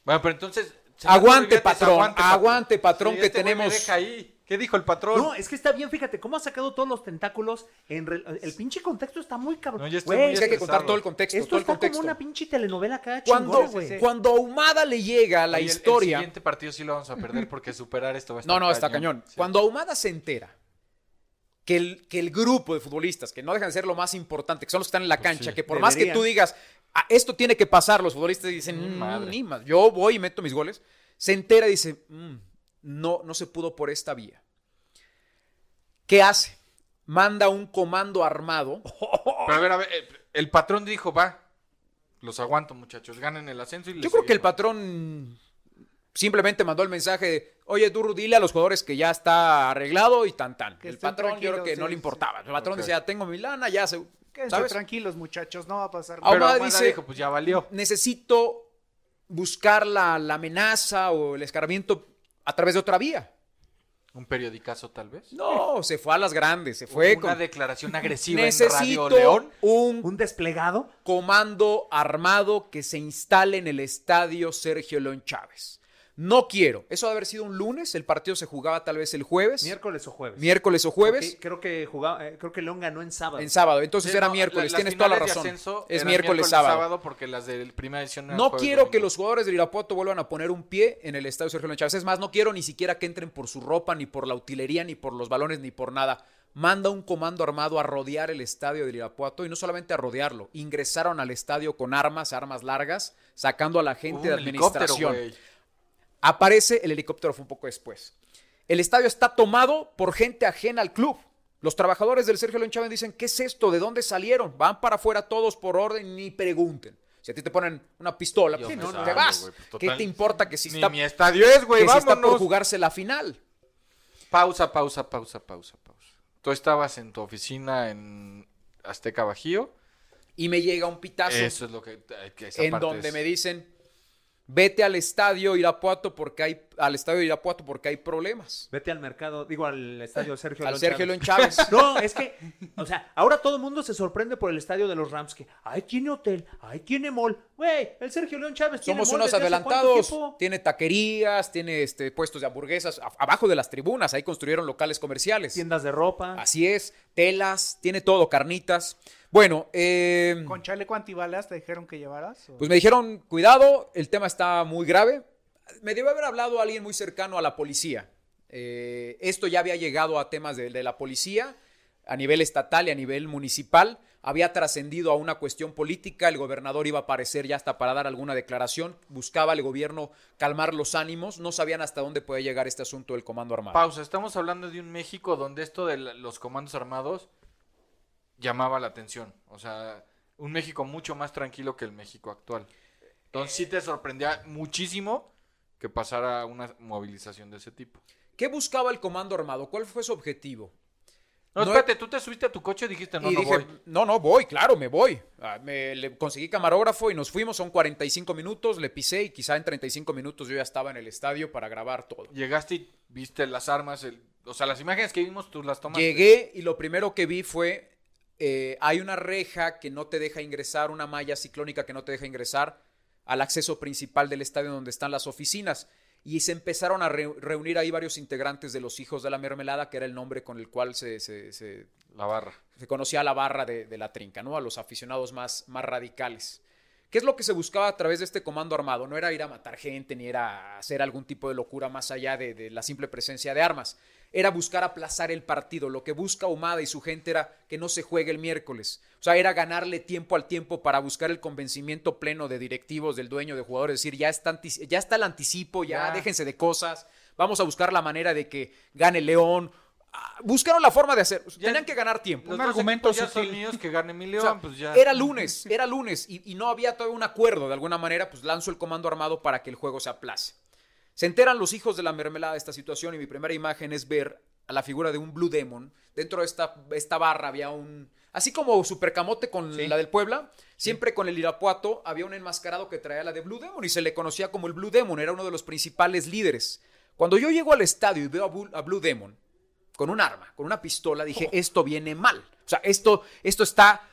Speaker 3: Bueno, pero entonces. señor
Speaker 4: aguante,
Speaker 3: Reguetes,
Speaker 4: patrón, aguante, patrón,
Speaker 3: Sí,
Speaker 4: que
Speaker 3: este güey me
Speaker 4: tenemos-
Speaker 3: deja ahí. ¿Qué dijo el patrón?
Speaker 6: No, es que está bien, fíjate, cómo ha sacado todos los tentáculos. En re- El pinche contexto está muy cabrón.
Speaker 3: No, yo estoy
Speaker 6: Güey,
Speaker 3: muy
Speaker 4: es que hay que contar
Speaker 3: estresado.
Speaker 4: todo el contexto.
Speaker 6: Esto
Speaker 4: todo el
Speaker 6: está
Speaker 4: contexto.
Speaker 6: como una pinche telenovela cada
Speaker 4: cuando,
Speaker 6: chingón, güey.
Speaker 4: cuando a Ahumada le llega la
Speaker 3: Oye, el-
Speaker 4: historia.
Speaker 3: El, siguiente partido sí lo vamos a perder porque superar esto va a estar.
Speaker 4: no, no, está cañón.
Speaker 3: Sí.
Speaker 4: Cuando Ahumada se entera que el, que el grupo de futbolistas, que no dejan de ser lo más importante, que son los que están en la
Speaker 3: Pues
Speaker 4: cancha,
Speaker 3: sí.
Speaker 4: que por más que
Speaker 6: Deberían.
Speaker 4: tú digas, "Ah, esto tiene que pasar, los futbolistas dicen,
Speaker 3: Ni
Speaker 4: "Mm,
Speaker 3: madre".
Speaker 4: ni más, yo voy y meto mis goles, se entera y dice, "Mm, no, no se pudo por esta vía. ¿Qué hace? Manda un comando armado.
Speaker 3: Pero a ver, a ver, eh, el patrón dijo, va, los aguanto, muchachos, ganen el ascenso y les
Speaker 4: Yo creo que el
Speaker 3: seguimos".
Speaker 4: patrón simplemente mandó el mensaje de, oye, Durru, dile a los jugadores que ya está arreglado y tan tan.
Speaker 1: Que
Speaker 4: el
Speaker 1: estén
Speaker 4: patrón yo creo
Speaker 1: tranquilos,
Speaker 4: que
Speaker 1: sí,
Speaker 4: no le
Speaker 1: sí.
Speaker 4: importaba. El patrón
Speaker 3: Ok.
Speaker 4: decía, tengo mi lana, ya se...
Speaker 1: Quédense
Speaker 4: ¿Sabes?
Speaker 1: tranquilos, muchachos, no va a pasar
Speaker 4: Ahora-
Speaker 1: nada.
Speaker 3: Pero
Speaker 4: Ahumada
Speaker 3: Ahumada
Speaker 4: dice-
Speaker 3: dijo, pues ya valió.
Speaker 4: Necesito buscar la, la amenaza o el escarmiento a través de otra vía.
Speaker 3: Un periodicazo, tal vez.
Speaker 4: No, se fue a las grandes, se fue
Speaker 3: Una
Speaker 4: con...
Speaker 3: declaración agresiva en Radio
Speaker 4: Necesito
Speaker 3: León.
Speaker 4: un
Speaker 6: Un desplegado.
Speaker 4: comando armado que se instale en el estadio Sergio León Chávez. No quiero. Eso ha de haber sido un lunes. El partido se jugaba tal vez el jueves.
Speaker 6: Miércoles o jueves.
Speaker 4: miércoles o jueves.
Speaker 6: Porque Creo que jugaba, eh, creo que León ganó en sábado.
Speaker 4: En sábado. Entonces
Speaker 3: Sí,
Speaker 4: era
Speaker 3: no,
Speaker 4: miércoles.
Speaker 3: la- las
Speaker 4: Tienes toda la
Speaker 3: finales de
Speaker 4: razón.
Speaker 3: ascenso
Speaker 4: Es miércoles,
Speaker 3: eran
Speaker 4: sábado.
Speaker 3: porque las de primera edición eran
Speaker 4: No
Speaker 3: jueves,
Speaker 4: quiero que
Speaker 3: domingo.
Speaker 4: los jugadores del Irapuato vuelvan a poner un pie en el estadio Sergio León Chávez. Es más, no quiero ni siquiera que entren por su ropa, ni por la utilería, ni por los balones, ni por nada. Manda un comando armado a rodear el estadio del Irapuato y no solamente a rodearlo. Ingresaron al estadio con armas, armas largas, sacando a la
Speaker 3: Hubo
Speaker 4: gente
Speaker 3: un
Speaker 4: de
Speaker 3: helicóptero,
Speaker 4: administración.
Speaker 3: güey.
Speaker 4: Aparece el helicóptero, fue un poco después. El estadio está tomado por gente ajena al club. Los trabajadores del Sergio León Chávez dicen, ¿qué es esto? ¿De dónde salieron? Van para afuera todos por orden, ni pregunten. Si a ti te ponen una pistola,
Speaker 3: Yo
Speaker 4: pues,
Speaker 3: me
Speaker 4: no, no
Speaker 3: salgo,
Speaker 4: te vas.
Speaker 3: güey, pues,
Speaker 4: ¿Qué
Speaker 3: total,
Speaker 4: te importa que si
Speaker 3: Ni
Speaker 4: está,
Speaker 3: mi estadio es, güey,
Speaker 4: que si está por
Speaker 3: vámonos.
Speaker 4: jugarse la final?
Speaker 3: Pausa, pausa, pausa, pausa, pausa. Tú estabas en tu oficina en Azteca Bajío.
Speaker 4: Y me llega un pitazo
Speaker 3: Eso es lo que... eh, que esa
Speaker 4: en
Speaker 3: parte
Speaker 4: donde
Speaker 3: es-
Speaker 4: me dicen, vete al estadio Irapuato porque hay, al estadio Irapuato porque hay problemas.
Speaker 6: Vete al mercado, digo al estadio Sergio
Speaker 4: Al
Speaker 6: León
Speaker 4: Sergio
Speaker 6: Chávez.
Speaker 4: León Chávez.
Speaker 6: No, es que, o sea, ahora todo el mundo se sorprende por el estadio de los Rams que, ay, tiene hotel, ay, tiene mall. Güey, el Sergio León Chávez tiene
Speaker 4: Somos
Speaker 6: mall
Speaker 4: unos
Speaker 6: desde hace cuánto
Speaker 4: adelantados.
Speaker 6: tiempo.
Speaker 4: Tiene taquerías, tiene este, puestos de hamburguesas a- abajo de las tribunas. Ahí construyeron locales comerciales.
Speaker 6: Tiendas de ropa.
Speaker 4: Así es, telas, tiene todo, carnitas. Bueno, eh,
Speaker 1: ¿Con chaleco antibalas te dijeron que llevaras? o?
Speaker 4: pues me dijeron, cuidado, el tema está muy grave. Me debe haber hablado alguien muy cercano a la policía. Eh, esto ya había llegado a temas de, de la policía a nivel estatal y a nivel municipal. Había trascendido a una cuestión política. El gobernador iba a aparecer ya hasta para dar alguna declaración. Buscaba el gobierno calmar los ánimos. No sabían hasta dónde podía llegar este asunto del comando armado.
Speaker 3: Pausa, estamos hablando de un México donde esto de la- los comandos armados llamaba la atención. O sea, un México mucho más tranquilo que el México actual. Entonces
Speaker 4: Eh.
Speaker 3: sí te sorprendía muchísimo que pasara una movilización de ese tipo.
Speaker 4: ¿Qué buscaba el comando armado? ¿Cuál fue su objetivo?
Speaker 3: No,
Speaker 4: No-
Speaker 3: espérate, tú te subiste a tu coche y dijiste, no,
Speaker 4: y
Speaker 3: no
Speaker 4: dije,
Speaker 3: voy.
Speaker 4: no, no voy, claro, me voy. Ah, me, le conseguí camarógrafo y nos fuimos, son 45 minutos, le pisé y quizá en 35 minutos yo ya estaba en el estadio para grabar todo.
Speaker 3: Llegaste y viste las armas, el- o sea, las imágenes que vimos tú las tomaste.
Speaker 4: Llegué y lo primero que vi fue eh, hay una reja que no te deja ingresar, una malla ciclónica que no te deja ingresar al acceso principal del estadio donde están las oficinas. Y se empezaron a reu- reunir ahí varios integrantes de los Hijos de la Mermelada, que era el nombre con el cual se- se- se
Speaker 3: La barra.
Speaker 4: se conocía a la barra de, de la trinca, ¿no? A los aficionados más, más radicales. ¿Qué es lo que se buscaba a través de este comando armado? No era ir a matar gente, ni era hacer algún tipo de locura más allá de, de la simple presencia de armas. Era buscar aplazar el partido. Lo que busca Humada y su gente era que no se juegue el miércoles. O sea, era ganarle tiempo al tiempo para buscar el convencimiento pleno de directivos, del dueño, de jugadores. decir, ya está, antici- ya está el anticipo, ya
Speaker 6: Ya.
Speaker 4: déjense de cosas. Vamos a buscar la manera de que gane León. Ah, Buscaron la forma de hacer. Tenían que ganar tiempo.
Speaker 3: Los
Speaker 5: Un
Speaker 3: dos
Speaker 5: argumento
Speaker 3: equipos ya son
Speaker 5: sutil.
Speaker 3: míos, que gane mi león,
Speaker 4: O sea,
Speaker 3: pues ya.
Speaker 4: Era lunes, era lunes y, y no había todavía un acuerdo. De alguna manera, pues lanzo el comando armado para que el juego se aplace. Se enteran los hijos de la mermelada de esta situación y mi primera imagen es ver a la figura de un Blue Demon. Dentro de esta, esta barra había un... Así como Supercamote con la del Puebla, siempre con el Irapuato había un enmascarado que traía la de Blue Demon y se le conocía como el Blue Demon, era uno de los principales líderes. Cuando yo llego al estadio y veo a Bul- a Blue Demon, con un arma, con una pistola, dije, esto viene mal. O sea, esto, esto está,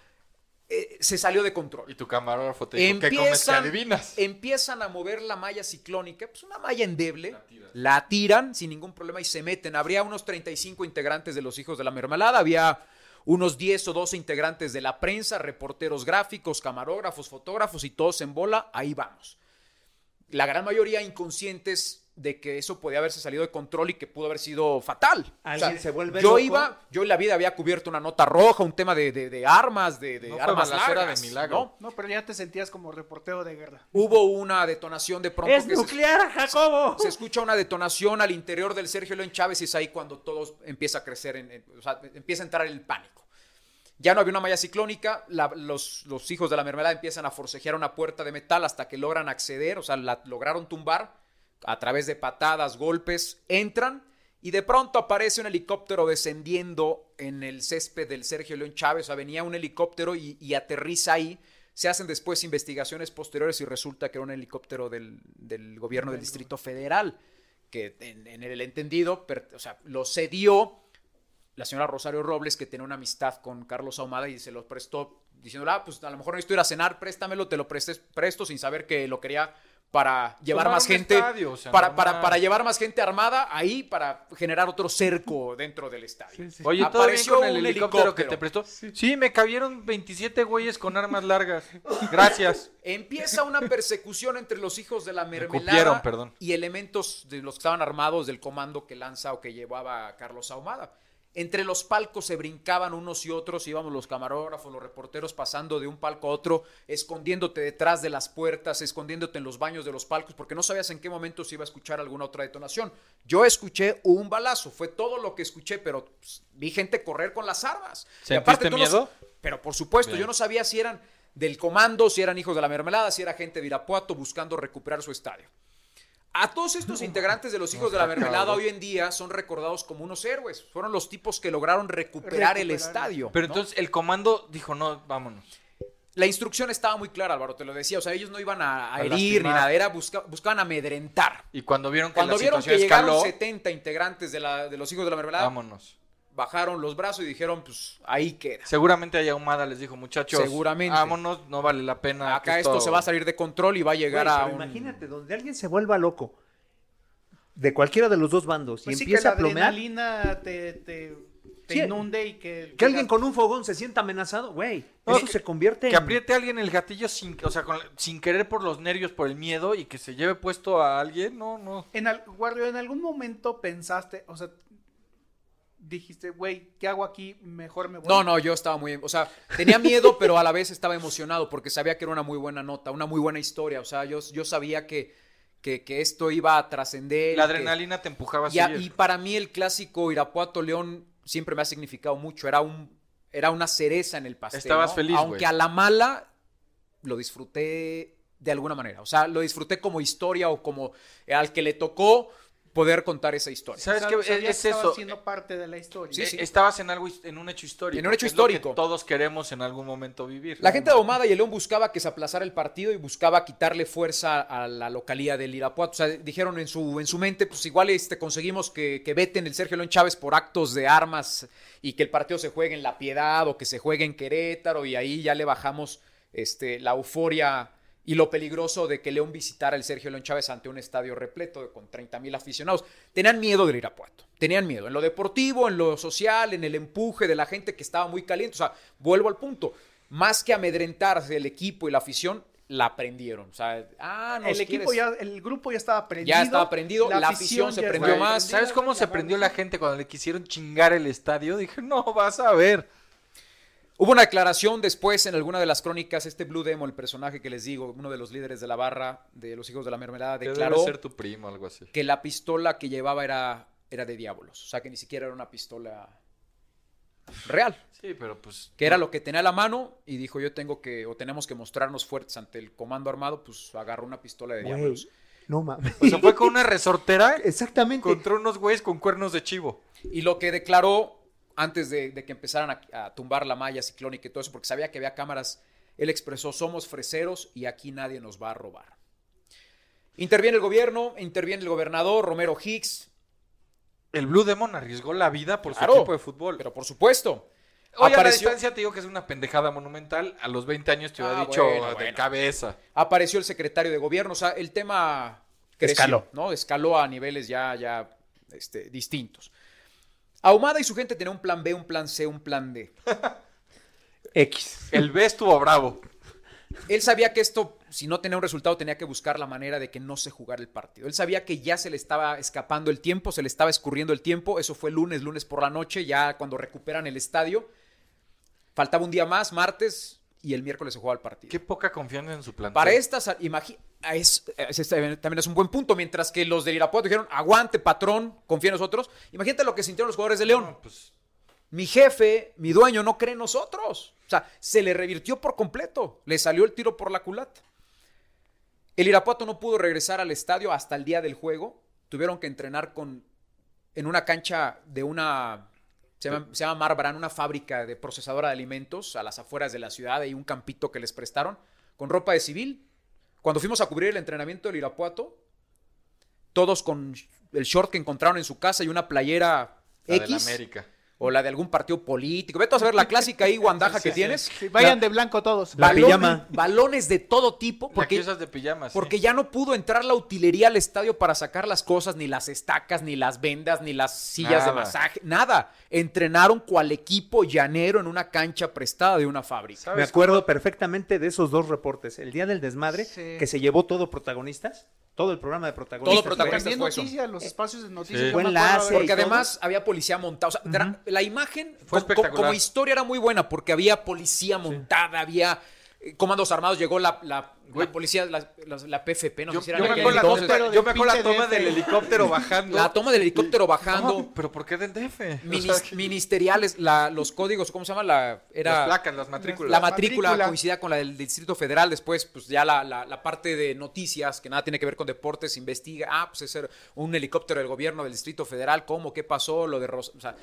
Speaker 4: eh, se salió de control.
Speaker 3: Y tu camarógrafo te dijo, ¿qué comes que adivinas?
Speaker 4: empiezan a mover la malla ciclónica, pues una malla endeble, la,
Speaker 3: tiran.
Speaker 4: tiran sin ningún problema y se meten. Habría unos 35 integrantes de los hijos de la mermelada, había unos 10 o 12 integrantes de la prensa, reporteros gráficos, camarógrafos, fotógrafos y todos en bola, ahí vamos. La gran mayoría inconscientes de que eso podía haberse salido de control y que pudo haber sido fatal.
Speaker 6: Alguien se vuelve
Speaker 4: yo
Speaker 6: loco.
Speaker 4: iba, yo en la vida había cubierto una nota roja, un tema de, de- de armas, de, de
Speaker 3: No fue
Speaker 4: armas
Speaker 3: balacera
Speaker 4: largas,
Speaker 3: de milagro.
Speaker 4: ¿no?
Speaker 1: No, pero ya te sentías como reportero de guerra.
Speaker 4: Hubo una detonación de pronto.
Speaker 6: ¡Es
Speaker 4: que se,
Speaker 6: nuclear, Jacobo!
Speaker 4: se escucha una detonación al interior del Sergio León Chávez y es ahí cuando todo empieza a crecer, en- en- o sea, empieza a entrar el pánico. Ya no había una malla ciclónica, la- los, los hijos de la mermelada empiezan a forcejear una puerta de metal hasta que logran acceder, o sea, la lograron tumbar a través de patadas, golpes, entran y de pronto aparece un helicóptero descendiendo en el césped del Sergio León Chávez, o sea, venía un helicóptero y, y aterriza ahí. Se hacen después investigaciones posteriores y resulta que era un helicóptero del, del gobierno del Distrito Federal, que en, en el entendido, per- o sea, lo cedió la señora Rosario Robles, que tenía una amistad con Carlos Ahumada y se los prestó, diciéndole, ah, pues a lo mejor necesito ir a cenar, préstamelo, te lo prestes, presto, sin saber que lo quería para llevar
Speaker 3: Tomar
Speaker 4: más
Speaker 3: un
Speaker 4: gente,
Speaker 3: estadio, o sea,
Speaker 4: para, para,
Speaker 3: normal.
Speaker 4: para llevar más gente armada ahí, para generar otro cerco dentro del estadio.
Speaker 3: Oye, todo
Speaker 4: Apareció
Speaker 3: bien con el
Speaker 4: un
Speaker 3: helicóptero, que te prestó. Sí. me cabieron 27 güeyes con armas largas. Gracias.
Speaker 4: Empieza una persecución entre los hijos de la mermelada
Speaker 3: cupieron, perdón.
Speaker 4: y elementos de los que estaban armados del comando que lanza o que llevaba a Carlos Ahumada. Entre los palcos se brincaban unos y otros, íbamos los camarógrafos, los reporteros pasando de un palco a otro, escondiéndote detrás de las puertas, escondiéndote en los baños de los palcos, porque no sabías en qué momento se iba a escuchar alguna otra detonación. Yo escuché un balazo, fue todo lo que escuché, pero pues, vi gente correr con las armas. Y aparte
Speaker 3: ¿Sentiste
Speaker 4: tú no-
Speaker 3: miedo?
Speaker 4: pero por supuesto,
Speaker 3: Bien.
Speaker 4: yo no sabía si eran del comando, si eran hijos de la mermelada, si era gente de Irapuato buscando recuperar su estadio. A todos estos integrantes de los hijos de la mermelada hoy en día son recordados como unos héroes. Fueron los tipos que lograron recuperar, el
Speaker 1: Recuperar.
Speaker 4: estadio.
Speaker 3: Pero
Speaker 4: ¿no?
Speaker 3: entonces el comando dijo, no, vámonos.
Speaker 4: la instrucción estaba muy clara, Álvaro, te lo decía. O sea, ellos no iban a, a
Speaker 3: A
Speaker 4: herir ni
Speaker 3: lastimar.
Speaker 4: nada, era busca- buscaban amedrentar.
Speaker 3: Y cuando vieron que
Speaker 4: Cuando
Speaker 3: la
Speaker 4: vieron que
Speaker 3: situación
Speaker 4: llegaron
Speaker 3: escaló,
Speaker 4: 70 integrantes de, la- de los hijos de la mermelada,
Speaker 3: vámonos.
Speaker 4: bajaron los brazos y dijeron, pues ahí queda.
Speaker 3: Seguramente ahí Ahumada les dijo, muchachos,
Speaker 4: Seguramente.
Speaker 3: vámonos, no vale la pena.
Speaker 4: Acá
Speaker 3: que
Speaker 4: esto se va a salir de control y va a llegar
Speaker 6: Güey,
Speaker 4: a
Speaker 6: pero
Speaker 4: un...
Speaker 6: Imagínate, donde alguien se vuelva loco de cualquiera de los dos bandos y
Speaker 1: Pues sí,
Speaker 6: empieza
Speaker 1: que la
Speaker 6: a plomear,
Speaker 1: adrenalina te, te, te
Speaker 6: Sí.
Speaker 1: inunde y que...
Speaker 6: que alguien con un fogón se sienta amenazado, güey,
Speaker 3: No,
Speaker 6: eso
Speaker 3: que-
Speaker 6: se convierte
Speaker 3: Que
Speaker 6: en...
Speaker 3: apriete a alguien el gatillo sin, o sea, con- sin querer por los nervios, por el miedo y que se lleve puesto a alguien, no, no.
Speaker 1: En al- Guardio, ¿en algún momento pensaste, o sea, dijiste, güey, ¿qué hago aquí? Mejor me voy.
Speaker 4: No, no, yo estaba muy, o sea, tenía miedo, pero a la vez estaba emocionado porque sabía que era una muy buena nota, una muy buena historia, o sea, yo, yo sabía que, que, que esto iba a trascender.
Speaker 3: La
Speaker 4: y que-
Speaker 3: adrenalina te empujaba a
Speaker 4: y, a-
Speaker 3: seguir.
Speaker 4: y para mí el clásico Irapuato León siempre me ha significado mucho, era un era una cereza en el pastel.
Speaker 3: Estabas
Speaker 4: ¿no?
Speaker 3: feliz,
Speaker 4: Aunque
Speaker 3: güey.
Speaker 4: a la mala lo disfruté de alguna manera, o sea, lo disfruté como historia o como al que le tocó poder contar esa historia.
Speaker 3: ¿Sabes
Speaker 1: Sab-
Speaker 3: qué?
Speaker 1: sabía
Speaker 3: Es- es
Speaker 1: estaba
Speaker 3: eso.
Speaker 1: siendo parte de la historia.
Speaker 3: Eh, Estabas en algo, his- en un hecho histórico.
Speaker 4: En un hecho
Speaker 3: que es lo que
Speaker 4: histórico.
Speaker 3: todos queremos en algún momento vivir.
Speaker 4: La gente de Ahumada y el León buscaba que se aplazara el partido y buscaba quitarle fuerza a la localía del Irapuato. O sea, dijeron en su, en su mente, pues igual este, conseguimos que, que veten el Sergio León Chávez por actos de armas y que el partido se juegue en La Piedad o que se juegue en Querétaro y ahí ya le bajamos este, la euforia y lo peligroso de que León visitara el Sergio León Chávez ante un estadio repleto de- con 30 mil aficionados. Tenían miedo del Irapuato, tenían miedo en lo deportivo, en lo social, en el empuje de la gente que estaba muy caliente. O sea, vuelvo al punto, más que amedrentarse el equipo y la afición, la aprendieron. O sea, ah, nos
Speaker 1: el equipo
Speaker 4: quieres-
Speaker 1: ya, el grupo ya estaba prendido.
Speaker 4: Ya estaba prendido, la afición se
Speaker 1: ya
Speaker 4: prendió
Speaker 3: Güey,
Speaker 1: estaba
Speaker 4: más.
Speaker 3: ¿Sabes cómo se prendió la gente cuando le quisieron chingar el estadio? Dije, no, vas a ver.
Speaker 4: Hubo una declaración después en alguna de las crónicas, este Blue Demo, el personaje que les digo, uno de los líderes de la barra de los hijos de la mermelada,
Speaker 3: Debe
Speaker 4: declaró
Speaker 3: ser tu primo algo así.
Speaker 4: que la pistola que llevaba era, era de diablos. O sea, que ni siquiera era una pistola real.
Speaker 3: Sí, pero pues...
Speaker 4: Que era lo que tenía a la mano y dijo, yo tengo que, o tenemos que mostrarnos fuertes ante el comando armado, pues agarró una pistola de
Speaker 6: Güey,
Speaker 4: diablos.
Speaker 6: No mames.
Speaker 3: O sea, fue con una resortera
Speaker 6: Exactamente.
Speaker 3: contra unos güeyes con cuernos de chivo.
Speaker 4: Y lo que declaró antes de, de que empezaran a, a tumbar la malla ciclónica y todo eso, porque sabía que había cámaras, él expresó, somos freseros y aquí nadie nos va a robar. Interviene el gobierno, interviene el gobernador Romero Hicks,
Speaker 3: El Blue Demon arriesgó la vida por su
Speaker 4: Claro.
Speaker 3: equipo de fútbol.
Speaker 4: pero por supuesto.
Speaker 3: Hoy a la
Speaker 4: apareció-
Speaker 3: distancia te digo que es una pendejada monumental. A los 20 años te hubiera
Speaker 4: Ah,
Speaker 3: dicho
Speaker 4: bueno,
Speaker 3: de
Speaker 4: bueno.
Speaker 3: cabeza.
Speaker 4: apareció el secretario de gobierno. O sea, el tema creció,
Speaker 6: Escaló.
Speaker 4: ¿no? Escaló a niveles ya, ya este, distintos. Ahumada y su gente tenían un plan B, un plan C, un plan D.
Speaker 6: X.
Speaker 3: El B estuvo bravo.
Speaker 4: Él sabía que esto, si no tenía un resultado, tenía que buscar la manera de que no se jugara el partido. Él sabía que ya se le estaba escapando el tiempo, se le estaba escurriendo el tiempo. Eso fue lunes, lunes por la noche, ya cuando recuperan el estadio. Faltaba un día más, martes, y el miércoles se jugaba el partido.
Speaker 3: Qué poca confianza en su plan.
Speaker 4: Para este estas, imagina, es, es- es- también es un buen punto, mientras que los del Irapuato dijeron, aguante, patrón, confía en nosotros. Imagínate lo que sintieron los jugadores de León.
Speaker 3: pues,
Speaker 4: Mi jefe, mi dueño, no cree en nosotros. O sea, se le revirtió por completo. Le salió el tiro por la culata. El Irapuato no pudo regresar al estadio hasta el día del juego. Tuvieron que entrenar con, en una cancha de una... Se llama, se llama Marbrán, una fábrica de procesadora de alimentos a las afueras de la ciudad. Hay un campito que les prestaron con ropa de civil. Cuando fuimos a cubrir el entrenamiento del Irapuato, todos con el short que encontraron en su casa y una playera
Speaker 3: La
Speaker 4: X
Speaker 3: del América.
Speaker 4: o la de algún partido político. Vete a ver la clásica ahí guandaja que tienes.
Speaker 1: Vayan de blanco todos.
Speaker 6: La
Speaker 4: Balones-
Speaker 6: pijama.
Speaker 4: Balones de todo tipo,
Speaker 3: Porque
Speaker 4: porque,
Speaker 3: esas de pijamas. sí.
Speaker 4: porque ya no pudo entrar la utilería al estadio para sacar las cosas, ni las estacas, ni las vendas, ni las sillas
Speaker 3: Nada.
Speaker 4: de masaje, nada. Entrenaron cual equipo llanero en una cancha prestada de una fábrica.
Speaker 6: Me
Speaker 3: ¿Sabes
Speaker 6: acuerdo perfectamente de esos dos reportes. El día del desmadre,
Speaker 1: Sí.
Speaker 6: que se llevó todo protagonistas, todo el programa de protagonistas.
Speaker 4: Todo protagonista.
Speaker 1: También
Speaker 4: fue eso.
Speaker 1: noticias, los espacios de noticias.
Speaker 3: Sí.
Speaker 1: yo
Speaker 6: Buen
Speaker 1: me acuerdo
Speaker 6: láser.
Speaker 1: haber
Speaker 4: Porque
Speaker 6: ¿Y todo?
Speaker 4: además había policía montada. O sea, dra- la imagen
Speaker 3: Fue
Speaker 4: co- co-
Speaker 3: espectacular.
Speaker 4: como historia era muy buena porque había policía montada, había eh, comandos armados, llegó la, la,
Speaker 3: Güey.
Speaker 4: la policía, la, la- la PFP, no
Speaker 3: Yo,
Speaker 4: sé si era
Speaker 3: yo
Speaker 4: en
Speaker 3: me
Speaker 4: aquel
Speaker 3: acuerdo la,
Speaker 4: entonces.
Speaker 3: toma-
Speaker 1: helicóptero
Speaker 3: yo
Speaker 1: del
Speaker 3: me acuerdo la
Speaker 1: pinche
Speaker 3: toma
Speaker 1: DF.
Speaker 3: del helicóptero bajando.
Speaker 4: La toma del helicóptero bajando.
Speaker 3: No, pero ¿por qué del DF?
Speaker 4: minis-
Speaker 3: O sea, que-
Speaker 4: ministeriales, la- los códigos, ¿cómo se llama? La,
Speaker 3: las
Speaker 4: era,
Speaker 3: placas, las matrículas.
Speaker 4: la matrícula,
Speaker 1: matrícula.
Speaker 4: coincidía con la del Distrito Federal. Después, pues ya la, la- la parte de noticias, que nada tiene que ver con deportes, investiga. Ah, pues ese era un helicóptero del gobierno del Distrito Federal. ¿Cómo? ¿Qué pasó? Lo de Rosa. O sea,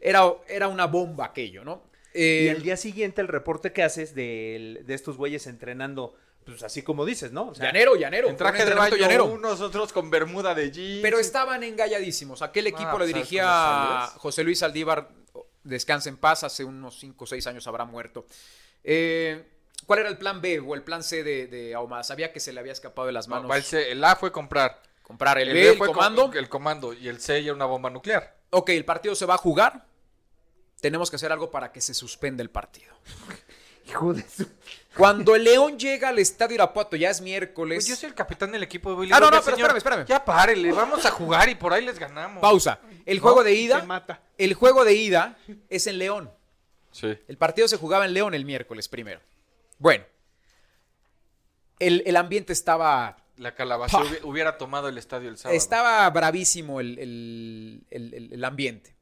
Speaker 4: era, era una bomba aquello, ¿no? Eh,
Speaker 6: Y el día siguiente el reporte que haces del- de estos güeyes entrenando, pues así como dices, ¿no? O sea,
Speaker 4: Llanero, llanero.
Speaker 3: en traje
Speaker 4: fue un
Speaker 3: de
Speaker 4: entrenamiento
Speaker 3: baño unos, otros con bermuda de jeans.
Speaker 4: Pero estaban engalladísimos. Aquel equipo
Speaker 3: Ah,
Speaker 4: lo
Speaker 3: ¿sabes
Speaker 4: dirigía
Speaker 3: cómo
Speaker 4: a
Speaker 3: salió?
Speaker 4: José Luis Aldívar, descansa en paz, hace unos 5 o 6 años habrá muerto. Eh, ¿Cuál era el plan B o el plan C de, de Ahumada? Sabía que se le había escapado de las
Speaker 3: No,
Speaker 4: manos
Speaker 3: va el, C, el A fue comprar.
Speaker 4: comprar el, B, el
Speaker 3: fue com-
Speaker 4: comando.
Speaker 3: el comando. Y el C ya una bomba nuclear.
Speaker 4: Ok, el partido se va a jugar. Tenemos que hacer algo para que se suspenda el partido.
Speaker 6: hijo de su-
Speaker 4: Cuando el León llega al estadio Irapuato, ya es miércoles.
Speaker 3: Pues yo soy el capitán del equipo de Billy.
Speaker 4: Ah, no, no, pero espérame, espérame.
Speaker 3: Ya párele, vamos a jugar y por ahí les ganamos.
Speaker 4: Pausa. El juego de
Speaker 1: Te
Speaker 4: ida,
Speaker 1: mata.
Speaker 4: el juego de ida es en León.
Speaker 3: Sí.
Speaker 4: El partido se jugaba en León el miércoles primero. Bueno, el, el ambiente estaba,
Speaker 3: La calabaza hubi- hubiera tomado el estadio el sábado.
Speaker 4: estaba bravísimo el, el- el- el- el ambiente.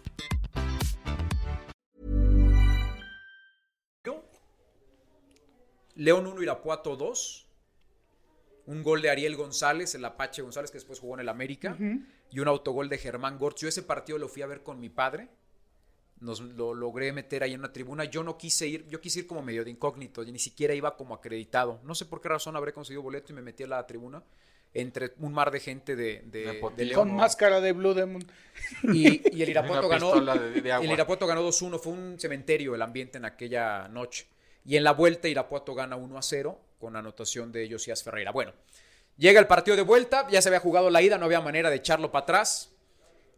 Speaker 4: León 1, Irapuato 2. Un gol de Ariel González, el Apache González, que después jugó en el América. Y un autogol de Germán Gortz. Yo ese partido lo fui a ver con mi padre. Nos lo logré meter ahí en una tribuna. Yo no quise ir, yo quise ir como medio de incógnito. Yo ni siquiera iba como acreditado. No sé por qué razón habré conseguido boleto y me metí a la tribuna entre un mar de gente de, de-
Speaker 3: Nepotismo.
Speaker 4: de León.
Speaker 3: juego-
Speaker 1: Con máscara de Blue Demon.
Speaker 4: Y, y el Irapuato
Speaker 3: Una
Speaker 4: ganó.
Speaker 3: pistola de- de agua.
Speaker 4: El Irapuato ganó 2-1, fue un cementerio el ambiente en aquella noche. Y en la vuelta Irapuato gana 1-0 con anotación de Josías Ferreira. Bueno, llega el partido de vuelta, ya se había jugado la ida, no había manera de echarlo para atrás.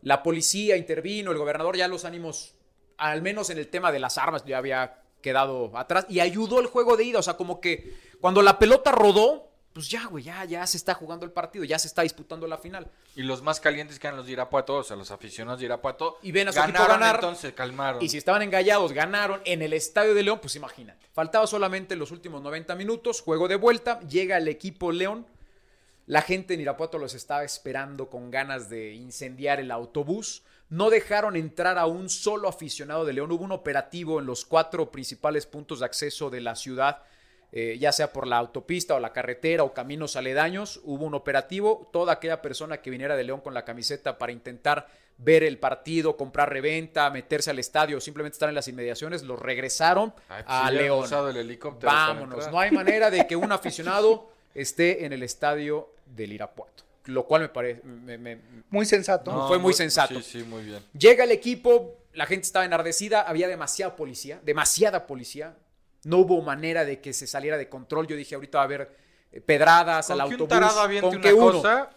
Speaker 4: La policía intervino, el gobernador ya los ánimos, al menos en el tema de las armas, ya había quedado atrás y ayudó el juego de ida. O sea, como que cuando la pelota rodó, pues ya, güey, ya, ya se está jugando el partido, ya se está disputando la final.
Speaker 3: Y los más calientes que eran los de Irapuato, o sea, los aficionados de Irapuato.
Speaker 4: Y ven a su equipo
Speaker 3: ganaron,
Speaker 4: ganar.
Speaker 3: entonces calmaron.
Speaker 4: Y si estaban engallados, ganaron en el Estadio de León, pues imagínate. Faltaba solamente los últimos 90 minutos, juego de vuelta, llega el equipo León. La gente en Irapuato los estaba esperando con ganas de incendiar el autobús. No dejaron entrar a un solo aficionado de León. Hubo un operativo en los cuatro principales puntos de acceso de la ciudad, eh, ya sea por la autopista o la carretera o caminos aledaños. Hubo un operativo. Toda aquella persona que viniera de León con la camiseta para intentar ver el partido, comprar reventa, meterse al estadio, o simplemente estar en las inmediaciones, los regresaron
Speaker 3: Ay, pues,
Speaker 4: a
Speaker 3: si hubieran
Speaker 4: León.
Speaker 3: usado el helicóptero para
Speaker 4: Vámonos,
Speaker 3: entrar.
Speaker 4: no hay manera de que un aficionado esté en el estadio del Irapuato. Lo cual me parece. me- me-
Speaker 1: Muy sensato.
Speaker 3: No,
Speaker 4: fue muy sensato.
Speaker 3: Sí, sí, muy bien.
Speaker 4: Llega el equipo, la gente estaba enardecida, había demasiada policía, demasiada policía. No hubo manera de que se saliera de control. Yo dije, ahorita va a haber eh, pedradas al
Speaker 3: Con que
Speaker 4: autobús.
Speaker 3: un tarado aviente
Speaker 4: con
Speaker 3: una
Speaker 4: que uno.
Speaker 3: cosa,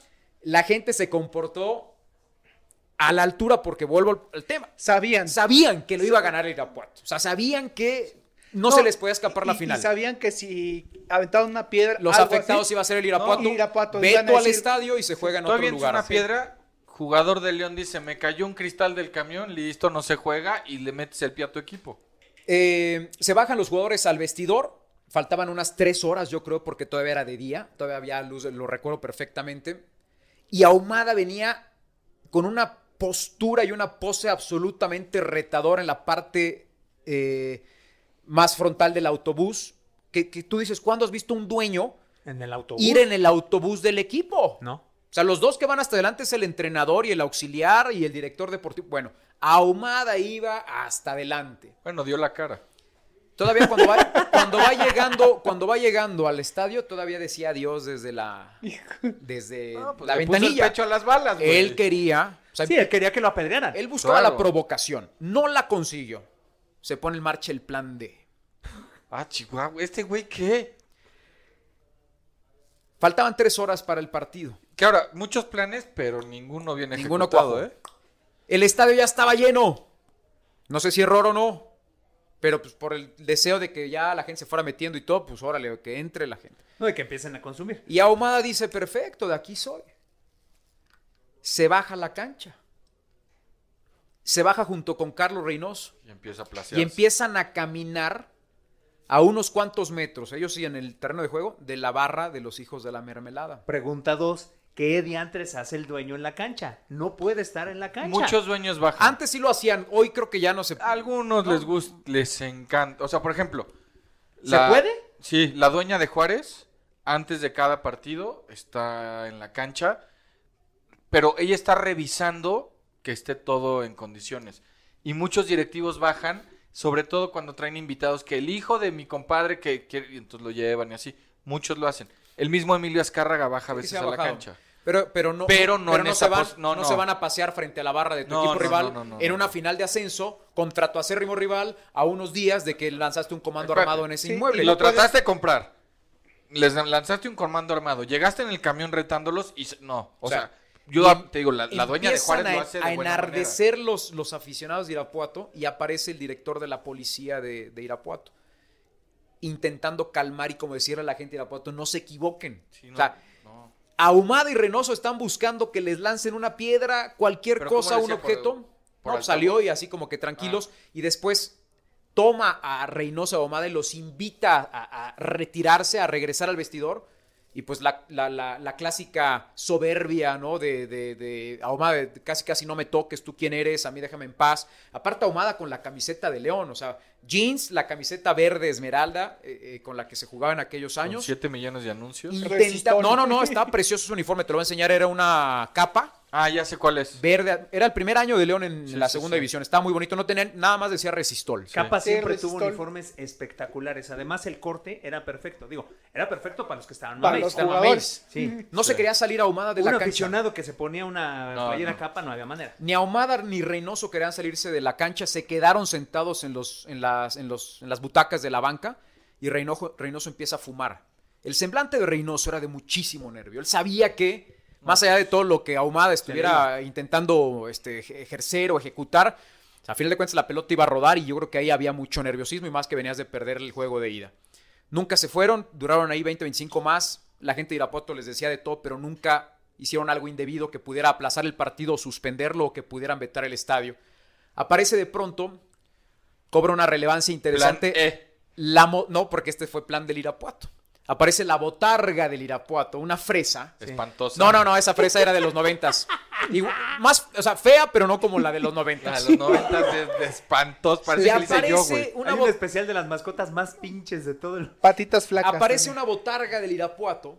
Speaker 4: La gente se comportó a la altura, porque vuelvo al- al tema.
Speaker 1: Sabían.
Speaker 4: Sabían que lo iba a ganar el Irapuato. O sea, sabían que no, se les podía escapar la
Speaker 1: y-
Speaker 4: final.
Speaker 1: Y sabían que si aventaban una piedra.
Speaker 4: Los
Speaker 1: algo
Speaker 4: afectados
Speaker 1: así,
Speaker 4: iba a ser el Irapuato.
Speaker 1: No, Irapuato,
Speaker 4: Veto
Speaker 1: iban a
Speaker 4: al
Speaker 1: decir-
Speaker 4: estadio y se juega en
Speaker 3: tú
Speaker 4: otro
Speaker 3: avientas
Speaker 4: lugar.
Speaker 3: una
Speaker 4: Sí.
Speaker 3: piedra, jugador de León dice, me cayó un cristal del camión, listo, no se juega, y le metes el pie a tu equipo.
Speaker 4: Eh, se bajan los jugadores al vestidor. Faltaban unas tres horas, yo creo, porque todavía era de día. Todavía había luz, lo recuerdo perfectamente. Y Ahumada venía con una postura y una pose absolutamente retadora en la parte eh, más frontal del autobús. Que, que tú dices, ¿cuándo has visto un dueño
Speaker 6: En el autobús.
Speaker 4: ir en el autobús del equipo?
Speaker 6: No.
Speaker 4: O sea, los dos que van hasta adelante es el entrenador y el auxiliar y el director deportivo. Bueno, Ahumada iba hasta adelante.
Speaker 3: Bueno, dio la cara.
Speaker 4: Todavía cuando va, cuando va llegando, cuando va llegando al estadio, todavía decía adiós desde la, desde Eh, la
Speaker 3: pues le puso el
Speaker 4: ventanilla.
Speaker 3: pecho a las balas, güey.
Speaker 4: él quería, o sea,
Speaker 6: Sí, él quería que lo apedrearan.
Speaker 4: él buscaba
Speaker 3: Claro.
Speaker 4: la provocación, no la consiguió. Se pone en marcha el plan D.
Speaker 3: Ah, Chihuahua, ¿este güey qué?
Speaker 4: Faltaban tres horas para el partido.
Speaker 3: Que ahora, muchos planes, pero ninguno bien
Speaker 4: Ninguno ¿eh?
Speaker 3: ejecutado,
Speaker 4: cuajó.
Speaker 3: ¿eh?
Speaker 4: El estadio ya estaba lleno. No sé si error o no. Pero pues por el deseo de que ya la gente se fuera metiendo y todo, pues órale, que entre la gente.
Speaker 6: No, de que empiecen a consumir.
Speaker 4: Y Ahumada dice, perfecto, de aquí soy. Se baja a la cancha. Se baja junto con Carlos Reynoso.
Speaker 3: Y empieza a placear.
Speaker 4: Y empiezan a caminar a unos cuantos metros, ellos sí, en el terreno de juego, de la barra de los hijos de la mermelada.
Speaker 6: Pregunta 2. ¿Qué diantres hace el dueño en la cancha? No puede estar en la cancha.
Speaker 3: Muchos dueños bajan.
Speaker 4: Antes sí lo hacían, hoy creo que ya no se...
Speaker 3: Algunos les gusta, les encanta. O sea, por ejemplo.
Speaker 6: ¿Se puede?
Speaker 3: Sí, la dueña de Juárez, antes de cada partido, está en la cancha. Pero ella está revisando que esté todo en condiciones. Y muchos directivos bajan, sobre todo cuando traen invitados que el hijo de mi compadre que quiere. Y entonces lo llevan y así. Muchos lo hacen. El mismo Emilio Azcárraga baja a
Speaker 4: Sí
Speaker 3: veces
Speaker 4: se ha
Speaker 3: a pues, la
Speaker 4: bajado.
Speaker 3: cancha.
Speaker 4: Pero, pero no,
Speaker 3: Pero no en
Speaker 4: se
Speaker 3: esa
Speaker 4: van,
Speaker 3: pos- no,
Speaker 4: no
Speaker 3: no.
Speaker 4: se van a pasear frente a la barra de tu
Speaker 3: No,
Speaker 4: equipo
Speaker 3: no,
Speaker 4: rival
Speaker 3: no, no, no,
Speaker 4: en una
Speaker 3: no.
Speaker 4: final de ascenso contra tu acérrimo rival a unos días de que lanzaste un comando
Speaker 3: Espérate,
Speaker 4: armado en ese
Speaker 3: sí,
Speaker 4: inmueble.
Speaker 3: y lo trataste de comprar. Les lanzaste un comando armado. Llegaste en el camión retándolos y se- no. O,
Speaker 4: O
Speaker 3: sea,
Speaker 4: sea,
Speaker 3: yo
Speaker 4: y-
Speaker 3: te digo, la, la dueña de
Speaker 4: empiezan
Speaker 3: Juárez lo
Speaker 4: a-
Speaker 3: hace
Speaker 4: a
Speaker 3: de buena
Speaker 4: enardecer Los, los aficionados de Irapuato y aparece el director de la policía de, de Irapuato intentando calmar y como decirle a la gente de Irapuato, no se equivoquen.
Speaker 3: manera. Sí,
Speaker 4: O
Speaker 3: no,
Speaker 4: sea,
Speaker 3: no.
Speaker 4: Ahumada y Reynoso están buscando que les lancen una piedra, cualquier
Speaker 3: ¿Pero cómo
Speaker 4: cosa,
Speaker 3: le
Speaker 4: un
Speaker 3: decía por
Speaker 4: objeto.
Speaker 3: el- por
Speaker 4: No,
Speaker 3: altavoz?
Speaker 4: salió y así como que tranquilos. Y después toma a Reynoso y Ahumada y los invita a, a retirarse, a regresar al vestidor. Y pues la, la- la- la clásica soberbia, ¿no? De, de, de Ahumada, de casi casi no me toques, tú quién eres, a mí déjame en paz. Aparte Ahumada con la camiseta de León, o sea, jeans, la camiseta verde esmeralda eh, eh, con la que se jugaba en aquellos
Speaker 3: Con
Speaker 4: años.
Speaker 3: 7 millones de anuncios.
Speaker 4: Intenta-
Speaker 1: Resistón.
Speaker 4: No, no, no, estaba precioso su uniforme, te lo voy a enseñar. Era una capa
Speaker 3: Ah, ya sé cuál es.
Speaker 4: verde. Era el primer año de León en
Speaker 3: Sí,
Speaker 4: la
Speaker 3: sí,
Speaker 4: segunda
Speaker 3: sí.
Speaker 4: división. Estaba muy bonito. No tenía nada más, decía resistol.
Speaker 6: Capa
Speaker 1: Sí,
Speaker 6: siempre
Speaker 1: resistol.
Speaker 6: tuvo uniformes espectaculares. Además, el corte era perfecto. Digo, era perfecto para los que estaban
Speaker 1: Para
Speaker 6: mames.
Speaker 1: los
Speaker 6: Estaban
Speaker 1: jugadores.
Speaker 6: mames. Sí.
Speaker 4: No se quería salir ahumada de
Speaker 6: Un
Speaker 4: la cancha.
Speaker 6: aficionado que se ponía una
Speaker 3: No,
Speaker 6: playera
Speaker 3: no.
Speaker 6: capa no había manera.
Speaker 4: Ni Ahumada ni Reynoso querían salirse de la cancha, se quedaron sentados en, los, en, las, en, los, en las butacas de la banca y Reynojo- Reynoso empieza a fumar. El semblante de Reynoso era de muchísimo nervio. Él sabía que, más allá de todo lo que Ahumada estuviera intentando este, ej- ejercer o ejecutar, a final de cuentas la pelota iba a rodar y yo creo que ahí había mucho nerviosismo y más que venías de perder el juego de ida. Nunca se fueron, duraron ahí 20, 25 más. La gente de Irapuato les decía de todo, pero nunca hicieron algo indebido que pudiera aplazar el partido o suspenderlo o que pudieran vetar el estadio. Aparece de pronto, cobra una relevancia interesante.
Speaker 3: Plan E.
Speaker 4: La mo- no, porque este fue plan del Irapuato. Aparece la botarga del Irapuato, una fresa.
Speaker 3: Espantosa.
Speaker 4: No, no, no, esa fresa era de los noventas. Igual- Más, o sea, fea, pero no como la de los
Speaker 3: A
Speaker 4: noventas.
Speaker 3: Ah, los 90 de, de espantos. Parece
Speaker 4: Y
Speaker 3: que le hice yo, güey.
Speaker 4: aparece una
Speaker 6: Hay
Speaker 4: bot-
Speaker 6: un especial de las mascotas más pinches de todo el...
Speaker 1: Patitas flacas.
Speaker 4: aparece
Speaker 1: también.
Speaker 4: una botarga del Irapuato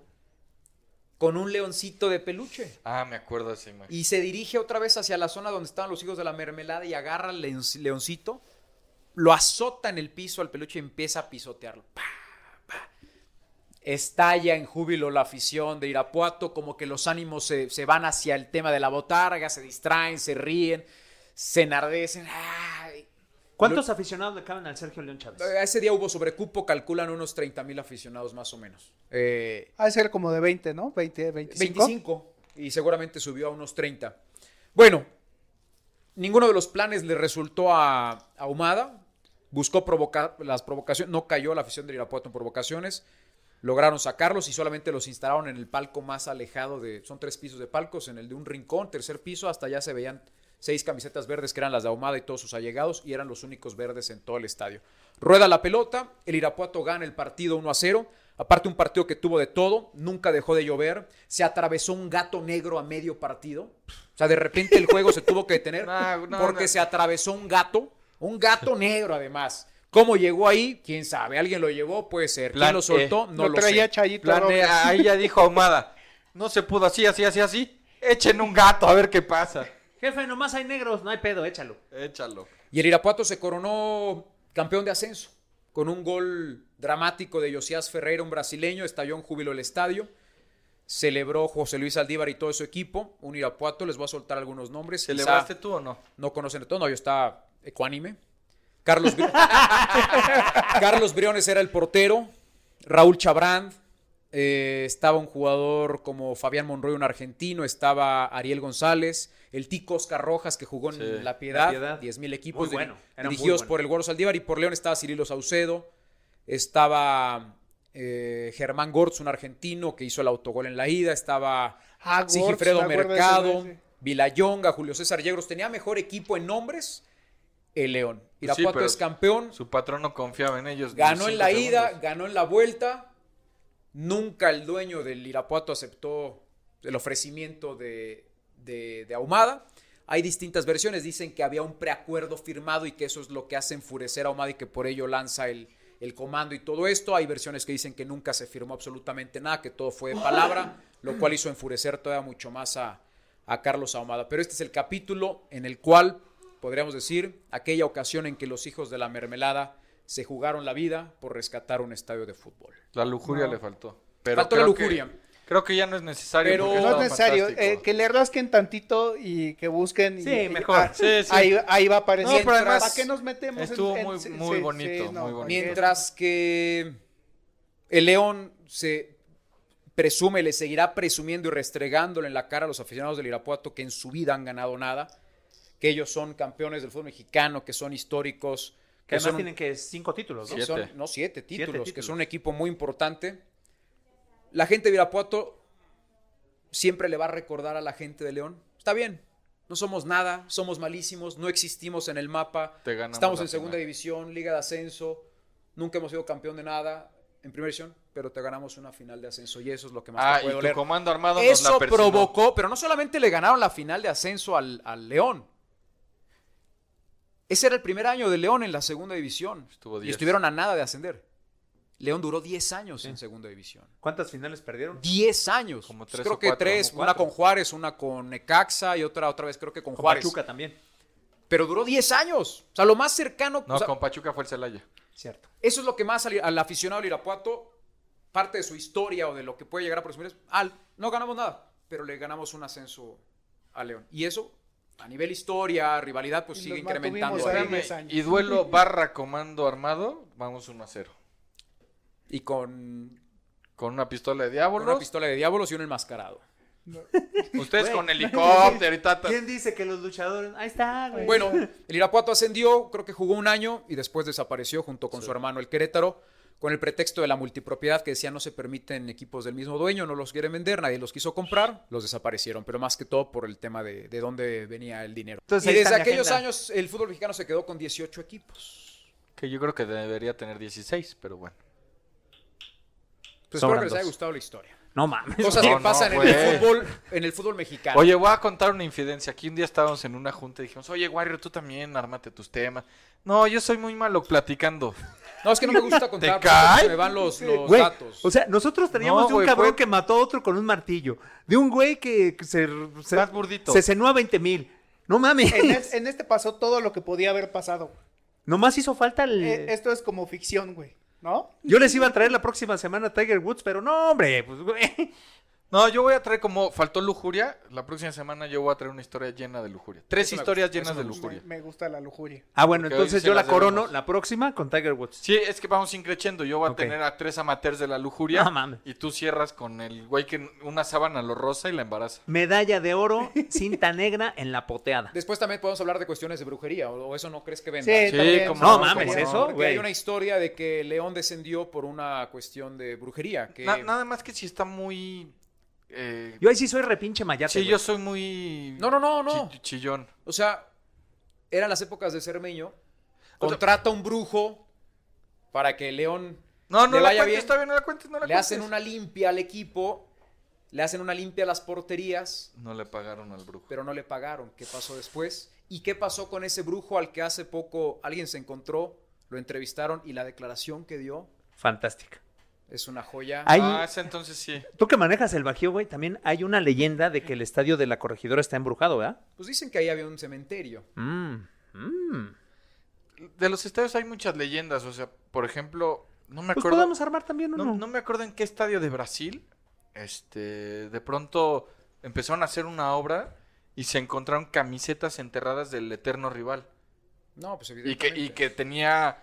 Speaker 4: con un leoncito de peluche.
Speaker 3: Ah, me acuerdo de esa imagen.
Speaker 4: Y se dirige otra vez hacia la zona donde estaban los hijos de la mermelada y agarra al leon- leoncito, lo azota en el piso al peluche y empieza a pisotearlo. Pa, pa. Estalla en júbilo la afición de Irapuato, como que los ánimos se, se van hacia el tema de la botarga, se distraen, se ríen, se enardecen. ¡Ay!
Speaker 6: ¿Cuántos aficionados le caben al Sergio León Chávez?
Speaker 4: A Ese día hubo sobrecupo, calculan unos 30 mil aficionados más o menos. Eh,
Speaker 1: Ha de ser como de 20, ¿no? 20, 25.
Speaker 4: 25 y seguramente subió a unos 30. Bueno, ninguno de los planes le resultó a a Ahumada. Buscó provocar las provocaciones, no cayó la afición de Irapuato en provocaciones. Lograron sacarlos y solamente los instalaron en el palco más alejado de. Son tres pisos de palcos, en el de un rincón, tercer piso, hasta allá se veían seis camisetas verdes que eran las de Ahumada y todos sus allegados y eran los únicos verdes en todo el estadio. Rueda la pelota, el Irapuato gana el partido 1 a 0. Aparte, un partido que tuvo de todo, nunca dejó de llover, se atravesó un gato negro a medio partido. O sea, de repente el juego se tuvo que detener
Speaker 3: No, no,
Speaker 4: porque
Speaker 3: no.
Speaker 4: se atravesó un gato, un gato negro además. ¿Cómo llegó ahí? ¿Quién sabe? ¿Alguien lo llevó? Puede ser. ¿Quién
Speaker 3: Plan
Speaker 4: lo soltó?
Speaker 3: E.
Speaker 4: No
Speaker 1: Lo
Speaker 4: lo,
Speaker 1: traía
Speaker 4: sé.
Speaker 1: Chayito
Speaker 3: Plan E,
Speaker 1: Robles.
Speaker 3: ahí ya dijo Ahumada. No se pudo así, así, así, así. Echen un gato a ver qué pasa.
Speaker 6: Jefe, nomás hay negros, no hay pedo, échalo.
Speaker 3: Échalo.
Speaker 4: Y el Irapuato se coronó campeón de ascenso con un gol dramático de Josías Ferreira, un brasileño, estalló en júbilo el estadio. Celebró José Luis Aldívar y todo su equipo. Un Irapuato, les voy a soltar algunos nombres. quizá-
Speaker 3: ¿Celebraste tú o no?
Speaker 4: no conocen de todo. No, yo estaba ecuánime. Carlos, Bri- Carlos Briones era el portero. Raúl Chabrand. eh, estaba un jugador como Fabián Monroy, un argentino. Estaba Ariel González. el Tico Oscar Rojas, que jugó en
Speaker 3: Sí.
Speaker 4: La Piedad,
Speaker 2: La Piedad.
Speaker 4: 10.000
Speaker 2: Muy
Speaker 4: equipos,
Speaker 2: bueno,
Speaker 4: diri-
Speaker 2: era muy
Speaker 4: dirigidos
Speaker 2: bueno.
Speaker 4: por el Guaro Saldívar, y por León estaba Cirilo Saucedo, estaba eh, Germán Gortz, un argentino que hizo el autogol en la ida, estaba
Speaker 1: Ah, Gortz,
Speaker 4: Sigifredo
Speaker 1: me acuerdo de ese
Speaker 4: Mercado,
Speaker 1: güey, sí.
Speaker 4: Vilayonga, Julio César Yegros, tenía mejor equipo en nombres el León. Irapuato
Speaker 3: pero
Speaker 4: es campeón,
Speaker 3: Su patrón no confiaba en ellos. ni
Speaker 4: Ganó en
Speaker 3: cinco
Speaker 4: la ida,
Speaker 3: segundos.
Speaker 4: ganó en la vuelta. Nunca el dueño del Irapuato aceptó el ofrecimiento de, de- de Ahumada. Hay distintas versiones. Dicen que había un preacuerdo firmado y que eso es lo que hace enfurecer a Ahumada y que por ello lanza el, el comando y todo esto. Hay versiones que dicen que nunca se firmó absolutamente nada, que todo fue de palabra, lo cual hizo enfurecer todavía mucho más a, a Carlos Ahumada. Pero este es el capítulo en el cual podríamos decir, aquella ocasión en que los hijos de la mermelada se jugaron la vida por rescatar un estadio de fútbol.
Speaker 3: La lujuria le faltó. Pero
Speaker 4: Faltó la
Speaker 3: creo que-
Speaker 4: lujuria.
Speaker 3: creo que ya no es necesario.
Speaker 4: Pero-
Speaker 3: porque
Speaker 4: No
Speaker 1: No es
Speaker 3: estaba
Speaker 1: necesario,
Speaker 3: Oh, fantástico.
Speaker 1: eh, que le rasquen tantito y que busquen. y-
Speaker 2: Sí,
Speaker 1: y-
Speaker 2: mejor.
Speaker 1: ah,
Speaker 3: Sí, sí.
Speaker 1: Ahí, ahí va a aparecer.
Speaker 3: No, pero además
Speaker 1: ¿Para qué nos metemos? en-
Speaker 3: estuvo
Speaker 1: en-
Speaker 3: muy-
Speaker 1: sí,
Speaker 3: muy
Speaker 1: sí,
Speaker 3: bonito,
Speaker 1: sí, no,
Speaker 3: muy bonito.
Speaker 4: Mientras que el León se presume, le seguirá presumiendo y restregándole en la cara a los aficionados del Irapuato que en su vida han ganado nada, que ellos son campeones del fútbol mexicano, que son históricos,
Speaker 2: Que además
Speaker 4: son un-
Speaker 2: tienen que cinco títulos, ¿no?
Speaker 4: que son-
Speaker 3: Siete.
Speaker 4: no, siete títulos, que
Speaker 2: títulos.
Speaker 4: son un equipo muy importante. La gente de Irapuato siempre le va a recordar a la gente de León. Está bien, no somos nada, somos malísimos, no existimos en el mapa.
Speaker 3: Te ganamos
Speaker 4: Estamos
Speaker 3: la
Speaker 4: en segunda
Speaker 3: final.
Speaker 4: división, liga de ascenso, nunca hemos sido campeón de nada en primera división, pero te ganamos una final de ascenso y eso es lo que más
Speaker 3: Ah,
Speaker 4: te
Speaker 3: y
Speaker 4: puede
Speaker 3: tu
Speaker 4: doler.
Speaker 3: comando armado nos
Speaker 4: Eso
Speaker 3: la persinó.
Speaker 4: provocó, pero no solamente le ganaron la final de ascenso al, al León. Ese era el primer año de León en la segunda división.
Speaker 3: Estuvo
Speaker 4: y
Speaker 3: 10.
Speaker 4: estuvieron a nada de ascender. León duró 10 años en segunda división.
Speaker 2: ¿Cuántas finales perdieron?
Speaker 4: 10 años.
Speaker 3: Como
Speaker 4: Pues
Speaker 3: tres
Speaker 4: creo
Speaker 3: o
Speaker 4: que
Speaker 3: cuatro,
Speaker 4: tres.
Speaker 3: como
Speaker 4: Una
Speaker 3: cuatro.
Speaker 4: con Juárez, una con Necaxa y otra otra vez creo que con
Speaker 2: Con
Speaker 4: Juárez.
Speaker 2: Pachuca también.
Speaker 4: Pero duró 10 años. O sea, lo más cercano.
Speaker 3: No,
Speaker 4: o sea,
Speaker 3: con Pachuca fue el Celaya.
Speaker 2: Cierto.
Speaker 4: Eso es lo que más al, al aficionado del Irapuato, parte de su historia o de lo que puede llegar a presumir es, al, no ganamos nada, pero le ganamos un ascenso a León. Y eso, a nivel historia, rivalidad, pues
Speaker 1: Y
Speaker 4: sigue
Speaker 1: los
Speaker 4: incrementando.
Speaker 1: mantuvimos
Speaker 4: ahí.
Speaker 1: ahí. diez años.
Speaker 3: Y duelo barra comando armado, vamos 1 a 0.
Speaker 4: Y con,
Speaker 3: Con una pistola de
Speaker 4: con
Speaker 3: diablos.
Speaker 4: una pistola de diablos y un enmascarado.
Speaker 3: Ustedes con helicóptero y tata.
Speaker 2: ¿Quién dice que los luchadores? Ahí está,
Speaker 1: Pues.
Speaker 2: güey.
Speaker 4: Bueno, el Irapuato ascendió, creo que jugó un año y después desapareció junto con su hermano el Querétaro, con el pretexto de la multipropiedad que decía no se permiten equipos del mismo dueño, no los quieren vender, nadie los quiso comprar, los desaparecieron, pero más que todo por el tema de, de dónde venía el dinero.
Speaker 2: Entonces,
Speaker 4: y
Speaker 2: ahí
Speaker 4: desde
Speaker 2: está mi
Speaker 4: aquellos
Speaker 2: agenda.
Speaker 4: años el fútbol mexicano se quedó con 18 equipos.
Speaker 3: Que yo creo que debería tener 16, pero bueno.
Speaker 4: Pues
Speaker 2: Sobran
Speaker 4: espero que les haya
Speaker 2: dos.
Speaker 4: gustado la historia.
Speaker 2: No mames.
Speaker 4: Cosas
Speaker 3: No,
Speaker 4: que
Speaker 3: no,
Speaker 4: pasan en,
Speaker 3: güey.
Speaker 4: el fútbol, en el fútbol mexicano.
Speaker 3: Oye, voy a contar una infidencia. Aquí un día estábamos en una junta y dijimos, oye, Warrior, tú también, ármate tus temas. No, yo soy muy malo platicando.
Speaker 4: No, es que no me gusta contar, porque
Speaker 3: cae?
Speaker 4: se me van los, los
Speaker 2: Güey,
Speaker 4: datos.
Speaker 2: o sea, nosotros teníamos
Speaker 3: No,
Speaker 2: de un
Speaker 3: güey,
Speaker 2: cabrón
Speaker 3: fue-
Speaker 2: que mató a otro con un martillo. De un güey que que se, se,
Speaker 3: Más burdito.
Speaker 2: se cenó a 20 mil. No mames.
Speaker 1: En, es- en este pasó todo lo que podía haber pasado.
Speaker 2: Nomás hizo falta el...
Speaker 1: Eh, esto es como ficción, güey. ¿No?
Speaker 2: Yo les iba a traer la próxima semana a Tiger Woods, pero no, hombre. Pues, güey.
Speaker 3: No, yo voy a traer como faltó lujuria. La próxima semana yo voy a traer una historia llena de lujuria. Tres
Speaker 4: Eso me
Speaker 3: historias
Speaker 4: gusta, eso
Speaker 3: llenas de
Speaker 4: me gusta.
Speaker 3: lujuria.
Speaker 1: Me, me gusta la lujuria.
Speaker 2: Ah, bueno,
Speaker 3: Porque hoy
Speaker 2: entonces
Speaker 3: sí
Speaker 2: yo
Speaker 3: las
Speaker 2: la corono
Speaker 3: debemos.
Speaker 2: la próxima con Tiger Woods.
Speaker 3: Sí, es que vamos increchendo. Yo voy a
Speaker 2: Ok.
Speaker 3: tener a tres amateurs de la lujuria.
Speaker 2: No mames.
Speaker 3: Y tú cierras con el güey que una sábana lo rosa y la embaraza.
Speaker 2: Medalla de oro, cinta negra en la poteada.
Speaker 4: Después también podemos hablar de cuestiones de brujería, o, o eso no crees que venga.
Speaker 1: Sí, también.
Speaker 3: como-
Speaker 2: No,
Speaker 3: como-
Speaker 2: mames,
Speaker 3: como-
Speaker 2: eso.
Speaker 4: Porque
Speaker 2: güey.
Speaker 4: hay una historia de que León descendió por una cuestión de brujería. Que
Speaker 3: Na- nada más que si está muy. eh,
Speaker 2: Yo ahí sí soy repinche mayate.
Speaker 3: sí,
Speaker 2: güey.
Speaker 3: yo soy muy.
Speaker 4: No, no, no, no.
Speaker 3: chi- chillón.
Speaker 4: O sea, eran las épocas de Cermeño. Contrata un brujo para que León
Speaker 3: No, no
Speaker 4: le
Speaker 3: la
Speaker 4: vaya
Speaker 3: cuentes,
Speaker 4: bien.
Speaker 3: está bien, no la cuentes, no la
Speaker 4: Le
Speaker 3: cuentes.
Speaker 4: hacen una limpia al equipo, le hacen una limpia a las porterías,
Speaker 3: No le pagaron al brujo.
Speaker 4: pero no le pagaron. ¿Qué pasó después? ¿Y qué pasó con ese brujo al que hace poco alguien se encontró, lo entrevistaron y la declaración que dio
Speaker 2: Fantástica.
Speaker 4: es una joya?
Speaker 2: Ahí-
Speaker 3: Ah, ese entonces sí.
Speaker 2: Tú que manejas el Bajío, güey, también hay una leyenda de que el estadio de la corregidora está embrujado, ¿verdad?
Speaker 4: Pues dicen que ahí había un cementerio.
Speaker 2: Mm, mm.
Speaker 3: De los estadios hay muchas leyendas. O sea, por ejemplo, no me
Speaker 2: Pues
Speaker 3: acuerdo.
Speaker 2: podemos armar también uno.
Speaker 3: No, no me acuerdo en qué estadio de Brasil. Este, de pronto empezaron a hacer una obra y se encontraron camisetas enterradas del eterno rival.
Speaker 4: No, pues
Speaker 3: Y que,
Speaker 4: evidentemente.
Speaker 3: y que tenía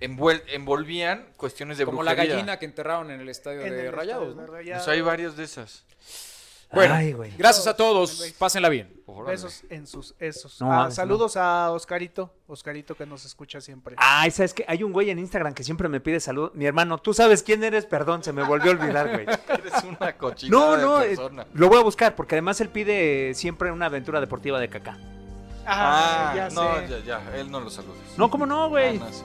Speaker 3: envuel- envolvían cuestiones de
Speaker 4: Como la
Speaker 3: brujería.
Speaker 4: gallina que enterraron en el estadio
Speaker 1: En
Speaker 4: de
Speaker 1: el
Speaker 4: Rayados.
Speaker 1: estadio
Speaker 4: ¿no? Pues
Speaker 1: de
Speaker 3: O
Speaker 1: Rayados.
Speaker 3: sea, hay varios de esas.
Speaker 4: Bueno,
Speaker 2: Ay, güey.
Speaker 4: gracias a todos. Pásenla bien.
Speaker 1: Besos en sus esos.
Speaker 2: No
Speaker 1: Ah,
Speaker 2: mames,
Speaker 1: saludos a Oscarito. Oscarito que nos escucha siempre.
Speaker 4: Ah,
Speaker 2: Ay, ¿sabes qué? Hay un güey en Instagram que siempre me pide salud. Mi hermano, tú sabes quién eres, perdón, se me volvió a olvidar, güey.
Speaker 3: Eres una cochina
Speaker 2: No, no,
Speaker 3: de
Speaker 2: eh,
Speaker 3: persona.
Speaker 2: lo voy a buscar porque además él pide siempre una aventura deportiva de caca.
Speaker 3: Ah,
Speaker 1: Ah, ya
Speaker 3: no,
Speaker 1: sé.
Speaker 3: ya, ya. Él no lo saludes.
Speaker 2: No, ¿cómo no,
Speaker 3: Ah,
Speaker 2: güey?
Speaker 3: no, sí.